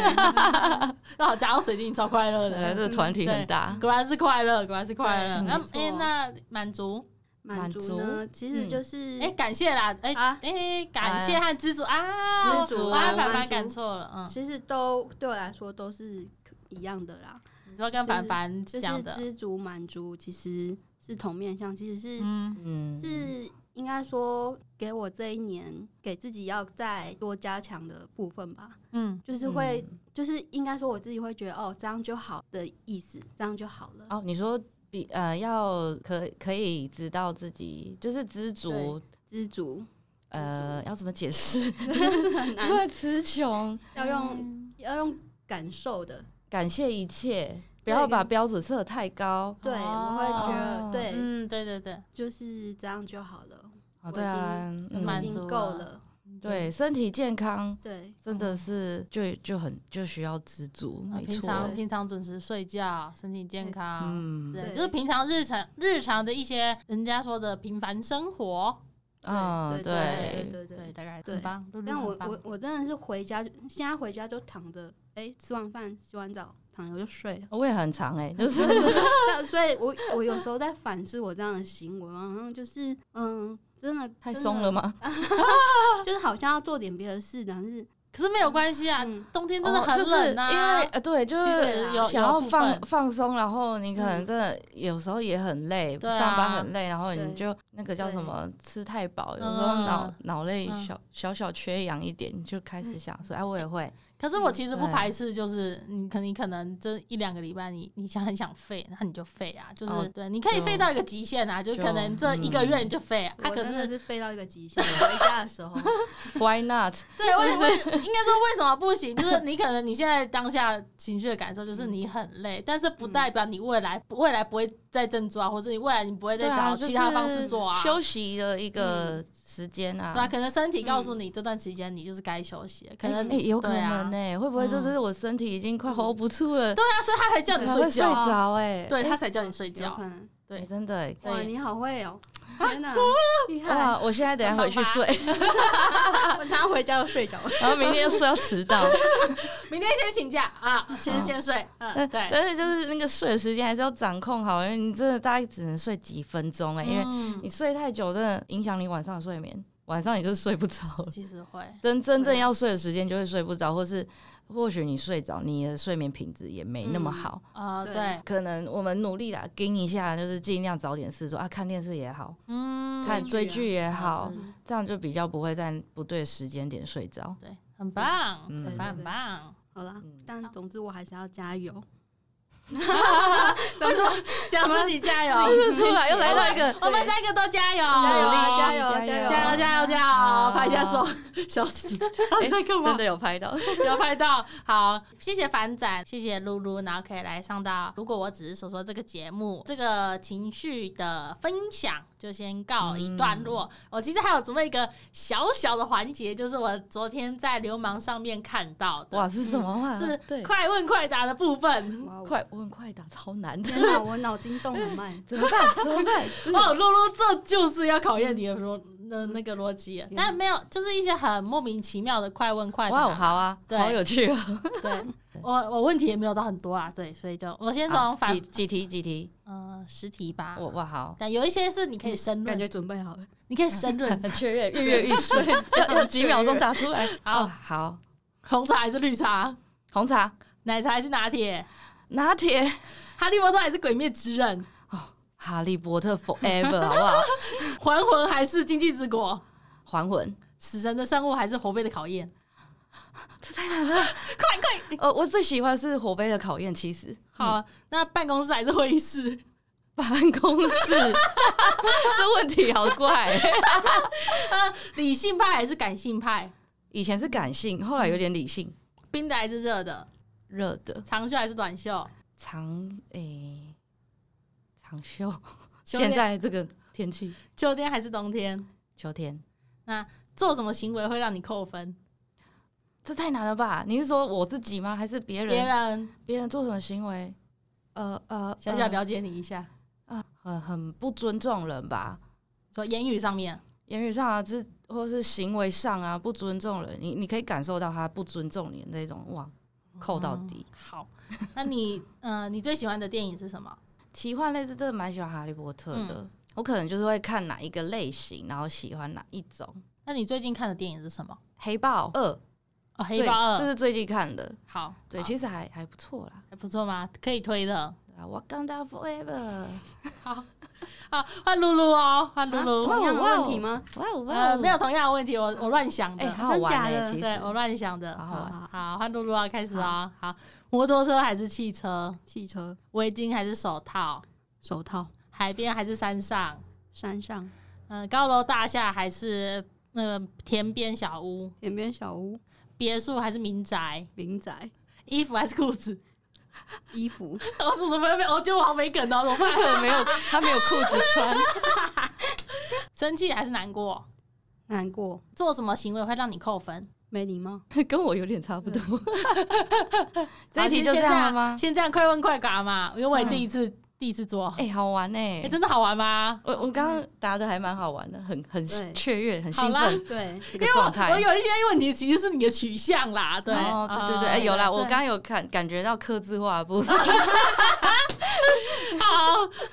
Speaker 1: 那好，讲到水晶超快乐的，
Speaker 3: 呃，这团体
Speaker 1: 嗯对
Speaker 3: 很大。
Speaker 1: 果然是快乐，果然是快乐。
Speaker 3: 对
Speaker 1: 那
Speaker 2: 没错
Speaker 1: 哎，那满足，
Speaker 2: 满足呢，其实就是
Speaker 1: 哎，感谢啦，哎
Speaker 2: 啊
Speaker 1: 哎，感谢和知足啊，
Speaker 2: 知足
Speaker 1: 我把凡
Speaker 2: 满
Speaker 1: 凡
Speaker 2: 足
Speaker 1: 赶错了，嗯，
Speaker 2: 其实都对我来说都是一样的啦，
Speaker 1: 你说跟凡凡
Speaker 2: 就
Speaker 1: 讲
Speaker 2: 是
Speaker 1: 的，
Speaker 2: 知足满足其实是同面向，其实是、
Speaker 1: 嗯，
Speaker 3: 嗯，
Speaker 2: 是应该说给我这一年给自己要再多加强的部分吧，
Speaker 1: 嗯，
Speaker 2: 就是会、就是应该说我自己会觉得哦这样就好的意思，这样就好了。
Speaker 3: 哦，你说比呃要可可以知道自己就是知足，
Speaker 2: 知足
Speaker 1: 嗯
Speaker 3: 呃，要怎么 解释？
Speaker 2: 很
Speaker 3: 突
Speaker 2: 难，
Speaker 3: 然词穷，
Speaker 2: 要
Speaker 1: 嗯
Speaker 2: 用要用感受的。
Speaker 3: 感谢一切，不
Speaker 2: 对
Speaker 3: 要把标准设得太高。
Speaker 2: 对，我会觉得
Speaker 3: 哦
Speaker 2: 对，
Speaker 1: 哦嗯，对对对，
Speaker 2: 就是这样就好了，
Speaker 3: 哦，对啊，嗯
Speaker 2: 我
Speaker 1: 满
Speaker 2: 已
Speaker 1: 足
Speaker 2: 经够
Speaker 1: 了
Speaker 2: 了。
Speaker 3: 对身体健康
Speaker 2: 对，
Speaker 3: 真的是就就很就需要知足，
Speaker 1: 嗯啊
Speaker 3: 没
Speaker 1: 平
Speaker 3: 错
Speaker 1: 常。平常准时睡觉，身体健康，
Speaker 3: 嗯
Speaker 1: 对，
Speaker 2: 对
Speaker 1: 就是平常日常日常的一些人家说的平凡生活，
Speaker 3: 啊，。
Speaker 2: 对对对对对
Speaker 1: 对，
Speaker 2: 对。
Speaker 1: 大概
Speaker 2: 对
Speaker 1: 很棒。露露
Speaker 2: 但我
Speaker 1: 嗯很棒
Speaker 2: 我我真的是回家，现在回家就躺着，哎，吃完饭洗完澡躺着我就睡 了
Speaker 3: 我也很长哎，就是
Speaker 2: 但所以我我有时候在反思我这样的行为，然后就是嗯，真的
Speaker 3: 太松了，吗？
Speaker 2: 真 的就是好像要做点别的事，但是
Speaker 1: 可是没有关系啊
Speaker 2: 嗯，
Speaker 1: 冬天真的
Speaker 3: 哦就
Speaker 1: 很
Speaker 3: 是
Speaker 1: 冷
Speaker 3: 因为
Speaker 1: 啊。
Speaker 3: 呃对，就
Speaker 1: 其
Speaker 3: 是
Speaker 1: 实有
Speaker 3: 想要
Speaker 1: 有部
Speaker 3: 放
Speaker 1: 分
Speaker 3: 放松，然后你可能
Speaker 2: 嗯
Speaker 3: 真的有时候也很累，
Speaker 1: 对啊
Speaker 3: 上班很累，然后
Speaker 2: 对
Speaker 3: 你就那个叫
Speaker 2: 对
Speaker 3: 什么吃太饱，有时候
Speaker 1: 嗯
Speaker 3: 脑脑内
Speaker 1: 嗯
Speaker 3: 小小小缺氧一点，你就开始想说，哎，我也会，
Speaker 1: 可是我其实不
Speaker 3: 对
Speaker 1: 排斥，就是你可你可能这一两个礼拜你你想很想废，那你就废啊，就是、
Speaker 3: 哦
Speaker 1: 对，你可以
Speaker 3: 就
Speaker 1: 废到一个极限啊，就
Speaker 3: 就
Speaker 1: 可能这一个月你就废啊。啊
Speaker 2: 我
Speaker 1: 可
Speaker 2: 真的
Speaker 1: 是
Speaker 2: 是飞到一个极限。回家的时候，
Speaker 3: Why not？
Speaker 1: 对，为为应该说为什么不行？就是你可能你现在当下情绪的感受
Speaker 3: 嗯
Speaker 1: 就是你很累，但是不代表你未来未来不会再振作啊，或者你未来你不会再
Speaker 3: 对
Speaker 1: 找
Speaker 3: 啊
Speaker 1: 其他方式
Speaker 3: 就是
Speaker 1: 做啊。
Speaker 3: 休息的一个时间
Speaker 1: 嗯
Speaker 3: 啊。
Speaker 1: 对啊，可能身体告诉你这段期间你就是该休息了，可能
Speaker 3: 哎、有可
Speaker 1: 对啊
Speaker 3: 能呢、会不会就是我身体已经快 hold 不住了，
Speaker 1: 对啊，所以他才叫你
Speaker 3: 才会
Speaker 1: 睡
Speaker 3: 睡
Speaker 1: 觉啊，
Speaker 3: 着哎、
Speaker 1: 对他才叫你睡
Speaker 2: 有
Speaker 1: 觉
Speaker 2: 可。能
Speaker 3: 哎、
Speaker 1: 对
Speaker 3: 真的、 欸。
Speaker 2: 哇，
Speaker 1: 对啊
Speaker 2: 你好会哦，天哪，厉害！
Speaker 3: 哇！我现在等一下回 去睡，
Speaker 2: 我他回家就睡着了。
Speaker 3: 然后明天又睡要迟到。
Speaker 1: 明天先请假啊，先
Speaker 3: 嗯
Speaker 1: 先睡，嗯，
Speaker 3: 但
Speaker 1: 对，
Speaker 3: 但是就是那个睡的时间还是要掌控好，因为你真的大概只能睡几分钟哎、因为
Speaker 1: 嗯
Speaker 3: 你睡太久真的影响你晚上的睡眠，晚上你就睡不着了。
Speaker 1: 其实会，
Speaker 3: 真真正
Speaker 2: 对
Speaker 3: 要睡的时间就会睡不着，或是或许你睡着，你的睡眠品质也没那么
Speaker 2: 嗯
Speaker 3: 好。
Speaker 1: 呃，
Speaker 2: 对
Speaker 1: 对，
Speaker 3: 可能我们努力啦，盯一下，就是尽量找点事做啊，看电视也好，
Speaker 1: 嗯，
Speaker 3: 看追
Speaker 2: 剧啊
Speaker 3: 剧也
Speaker 1: 也
Speaker 3: 好，，这样就比较不会在不对时间点睡着。
Speaker 1: 对，很棒，
Speaker 3: 嗯
Speaker 1: 很棒，很棒。
Speaker 2: 好啦
Speaker 3: 嗯，
Speaker 2: 但总之我还是要加油。
Speaker 1: 为什么讲自己加油？
Speaker 3: 就是突然又来到一个，
Speaker 1: 我们三个都加油，
Speaker 2: 加油
Speaker 3: 努
Speaker 2: 啊加油
Speaker 3: 力加油
Speaker 1: 加油，加油，加油！
Speaker 3: 啊
Speaker 1: 拍一下手，哎笑 死！在干
Speaker 3: 真
Speaker 1: 嘛？
Speaker 3: 的有拍到，
Speaker 1: 有拍到，好，谢谢凡展，谢谢露露，然后可以来上到。如果我只是说说这个节目，这个情绪的分享就先告一
Speaker 3: 嗯
Speaker 1: 段落。我其实还有准备一个小小的环节，就是我昨天在流氓上面看到的，
Speaker 3: 哇，是什么啊？
Speaker 1: 是
Speaker 3: 对，
Speaker 1: 快问快答的部分。
Speaker 2: 哇，
Speaker 3: 快问快答超难的，
Speaker 2: 天哪，我脑筋动很慢。
Speaker 3: 怎么办？怎么办？是
Speaker 1: 哦，露露，这就是要考验你的逻那那个逻辑，但没有，就是一些很莫名其妙的快问快
Speaker 3: 哇，
Speaker 1: 答。
Speaker 3: 好啊，
Speaker 1: 对
Speaker 3: 好有趣哦。
Speaker 1: 对，我我问题也没有到很多啊，对，所以就我先
Speaker 3: 好
Speaker 1: 从反
Speaker 3: 几几题几题，
Speaker 1: 嗯十题吧。
Speaker 3: 我哇好，
Speaker 1: 但有一些是你可以深
Speaker 2: 感
Speaker 1: 论，
Speaker 2: 觉准备好了，
Speaker 1: 你可以深论，
Speaker 3: 很雀跃，跃跃欲试， 要要几 秒钟答出来。
Speaker 1: 好
Speaker 3: 哦，好，
Speaker 1: 红茶还是绿茶，
Speaker 3: 红茶、
Speaker 1: 奶茶还是拿铁，
Speaker 3: 拿铁、
Speaker 1: 哈利波特还是鬼灭之刃，
Speaker 3: 哈利波特 Forever，好不好？
Speaker 1: 还魂还是经济之国，
Speaker 3: 还魂。
Speaker 1: 死神的生物还是活贝的考验。
Speaker 3: 呃，我最喜欢是火杯的考验，其实
Speaker 1: 嗯好，那办公室还是会议室，
Speaker 3: 办公室， 这问题好怪、
Speaker 1: 啊理性派还是感性派？
Speaker 3: 以前是感性，后来有点理性，
Speaker 1: 冰的还是热的？
Speaker 3: 热的
Speaker 1: 长袖还是短袖？
Speaker 3: 长诶、长袖，
Speaker 1: 秋
Speaker 3: 现
Speaker 1: 天
Speaker 3: 在这个天气，
Speaker 1: 秋天还是冬天？
Speaker 3: 秋天，
Speaker 1: 做什么行为会让你扣分？
Speaker 3: 这太难了吧？你是说我自己吗？还是别
Speaker 1: 别
Speaker 3: 人？
Speaker 1: 人
Speaker 3: 别人做什么行为？呃呃，
Speaker 1: 小小
Speaker 3: 呃
Speaker 1: 了解你一下，
Speaker 3: 啊、很很不尊重人吧？
Speaker 1: 说言语上面，
Speaker 3: 言语上啊，这或是行为上啊，不尊重人，你你可以感受到他不尊重你的那种哇，扣到底。
Speaker 1: 嗯好，那你呃，你最喜欢的电影是什么？
Speaker 3: 奇幻类是真的蛮喜欢哈利波特的，
Speaker 1: 嗯
Speaker 3: 我可能就是会看哪一个类型，然后喜欢哪一种。
Speaker 1: 那你最近看的电影是什么？
Speaker 3: 黑豹二，
Speaker 1: 哦，黑
Speaker 3: 最
Speaker 1: 豹
Speaker 3: 这
Speaker 1: 二，
Speaker 3: 是最近看的，
Speaker 1: 好，
Speaker 3: 对，
Speaker 1: 好
Speaker 3: 其实还还不错啦。
Speaker 1: 还不错吗？可以推的。
Speaker 3: 对啊，Wakanda Forever，
Speaker 1: 好，啊换露露哦，换露
Speaker 2: 啊
Speaker 1: 露。
Speaker 2: 同样的
Speaker 3: 哇哦
Speaker 2: 问题吗？
Speaker 3: 哇哦哇
Speaker 1: 呃，
Speaker 3: 哦，
Speaker 1: 没有，同样的问题，我我乱想
Speaker 3: 哎，
Speaker 1: 的，
Speaker 3: 好好玩
Speaker 2: 真假
Speaker 3: 哎，
Speaker 2: 的
Speaker 3: 其
Speaker 1: 对我
Speaker 3: 实
Speaker 1: 乱想的。
Speaker 3: 好
Speaker 2: 好
Speaker 1: 好
Speaker 2: 玩
Speaker 1: 好，换露露要开始啊。好，摩托车还是汽车？
Speaker 2: 汽车、
Speaker 1: 围巾还是手套？
Speaker 2: 手套、
Speaker 1: 海边还是山上？
Speaker 2: 山上、
Speaker 1: 嗯、高楼大厦还是那个田边小屋？
Speaker 2: 田边小屋、
Speaker 1: 别墅还是民宅？
Speaker 2: 民宅、
Speaker 1: 衣服还是裤子？
Speaker 2: 衣 服、
Speaker 1: 我是什么？我觉得我好没梗哦，怎么 办？
Speaker 3: 他可能没有 他没有裤子穿，
Speaker 1: 生气还是难过？
Speaker 2: 难过、
Speaker 1: 做什么行为会让你扣分？
Speaker 2: 没礼貌、
Speaker 3: 跟我有点差不多。这
Speaker 1: 好
Speaker 3: 一题
Speaker 1: 其实
Speaker 3: 就这
Speaker 1: 先
Speaker 3: 样了吗？
Speaker 1: 先这样快问快答嘛，因为我也第一次、第一次做，哎、
Speaker 3: 哎，好玩哎，
Speaker 1: 真的好玩吗？
Speaker 3: 我我刚刚答的还蛮好玩的，很很
Speaker 2: 对
Speaker 3: 雀跃，很
Speaker 1: 好
Speaker 3: 兴
Speaker 1: 啦
Speaker 3: 奋
Speaker 2: 对，
Speaker 3: 这
Speaker 1: 因
Speaker 3: 个
Speaker 1: 为我
Speaker 3: 状
Speaker 1: 我
Speaker 3: 态。
Speaker 1: 有一些问题其实是你的取向啦，对，
Speaker 3: 哦，对对对，
Speaker 1: 啊
Speaker 3: 哎有啦，我
Speaker 1: 对
Speaker 3: 刚刚有感感觉到刻字化的部分。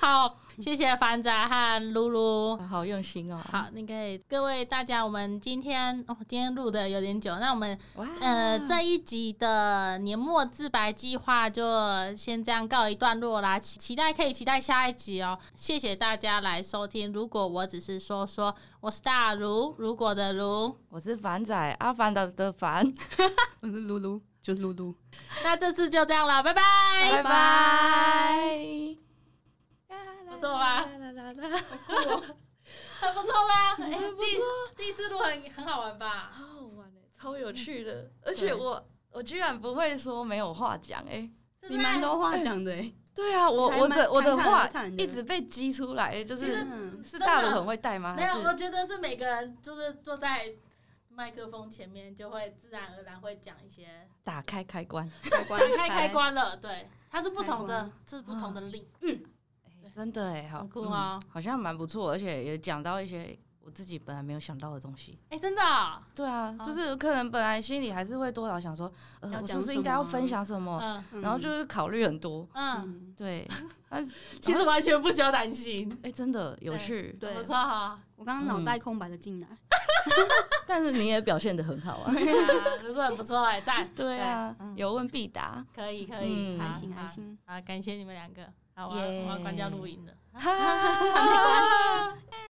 Speaker 1: 好好，谢谢凡仔和露露。
Speaker 3: 啊 好用心哦。
Speaker 1: 好，那个各位大家，我们今天哦，今天录的有点久，那我们
Speaker 3: 哇，嗯
Speaker 1: 呃这一集的年末自白计划就先这样告一段落啦，期期待可以期待下一集哦。谢谢大家来收听。如果我只是说说，我是大如，如果的如，
Speaker 3: 我是凡仔，阿凡达的凡，
Speaker 2: 我是露露，就露露。
Speaker 1: 那这次就这样了，拜拜。
Speaker 3: 拜拜。
Speaker 1: 不错吧？还不错吧？哎、第第四录很很好玩吧？
Speaker 3: 好好玩哎，超有趣的，而且我我居然不会说没有话讲哎。
Speaker 1: 对不
Speaker 2: 你
Speaker 1: 对
Speaker 2: 蛮多话讲的欸，
Speaker 3: 对啊，我
Speaker 2: 还
Speaker 3: 我
Speaker 2: 蛮
Speaker 3: 的我的
Speaker 2: 侃侃而
Speaker 3: 话
Speaker 2: 谈的
Speaker 3: 一直被激出来，哎就
Speaker 1: 其
Speaker 3: 是
Speaker 1: 实
Speaker 2: 嗯，
Speaker 3: 是
Speaker 1: 真的
Speaker 3: 大陆很会带吗？
Speaker 1: 没有，
Speaker 3: 还是
Speaker 1: 我觉得是每个人就是坐在麦克风前面，就会自然而然会讲一些
Speaker 3: 打开开关，
Speaker 2: 开关
Speaker 1: 开开，关了，对，它是不同
Speaker 2: 开
Speaker 1: 的
Speaker 2: 关，
Speaker 1: 这是不同的力，
Speaker 3: 哎真的哎，好
Speaker 1: 很酷啊！
Speaker 3: 嗯好像蛮不错，而且也讲到一些我自己本来没有想到的东西。
Speaker 1: 哎、真的哦、
Speaker 3: 对啊，
Speaker 1: 啊
Speaker 3: 就是可能本来心里还是会多少想说，呃，
Speaker 2: 要
Speaker 3: 我是
Speaker 2: 讲
Speaker 3: 不是
Speaker 2: 什
Speaker 3: 应该要
Speaker 2: 么啊
Speaker 3: 分享什么？
Speaker 1: 嗯
Speaker 2: 嗯
Speaker 3: 然后就是考虑很多，
Speaker 1: 嗯，
Speaker 2: 嗯，
Speaker 3: 对，
Speaker 1: 其实完全不需要担心，
Speaker 3: 哎、真的有
Speaker 1: 对
Speaker 3: 趣，
Speaker 2: 对
Speaker 1: 不，错 哈。
Speaker 2: 我刚刚脑袋空白的进来，
Speaker 3: 但是你也表现的很好啊。
Speaker 1: 对啊如果很不错哎、赞，
Speaker 3: 对啊，有问必答，
Speaker 1: 可以可以，
Speaker 3: 嗯
Speaker 1: 好
Speaker 2: 还行还
Speaker 1: 好
Speaker 2: 行。
Speaker 1: 好，感谢你们两个，好，我要
Speaker 3: 耶
Speaker 1: 我要关掉录音了。
Speaker 3: 哈哈哈哈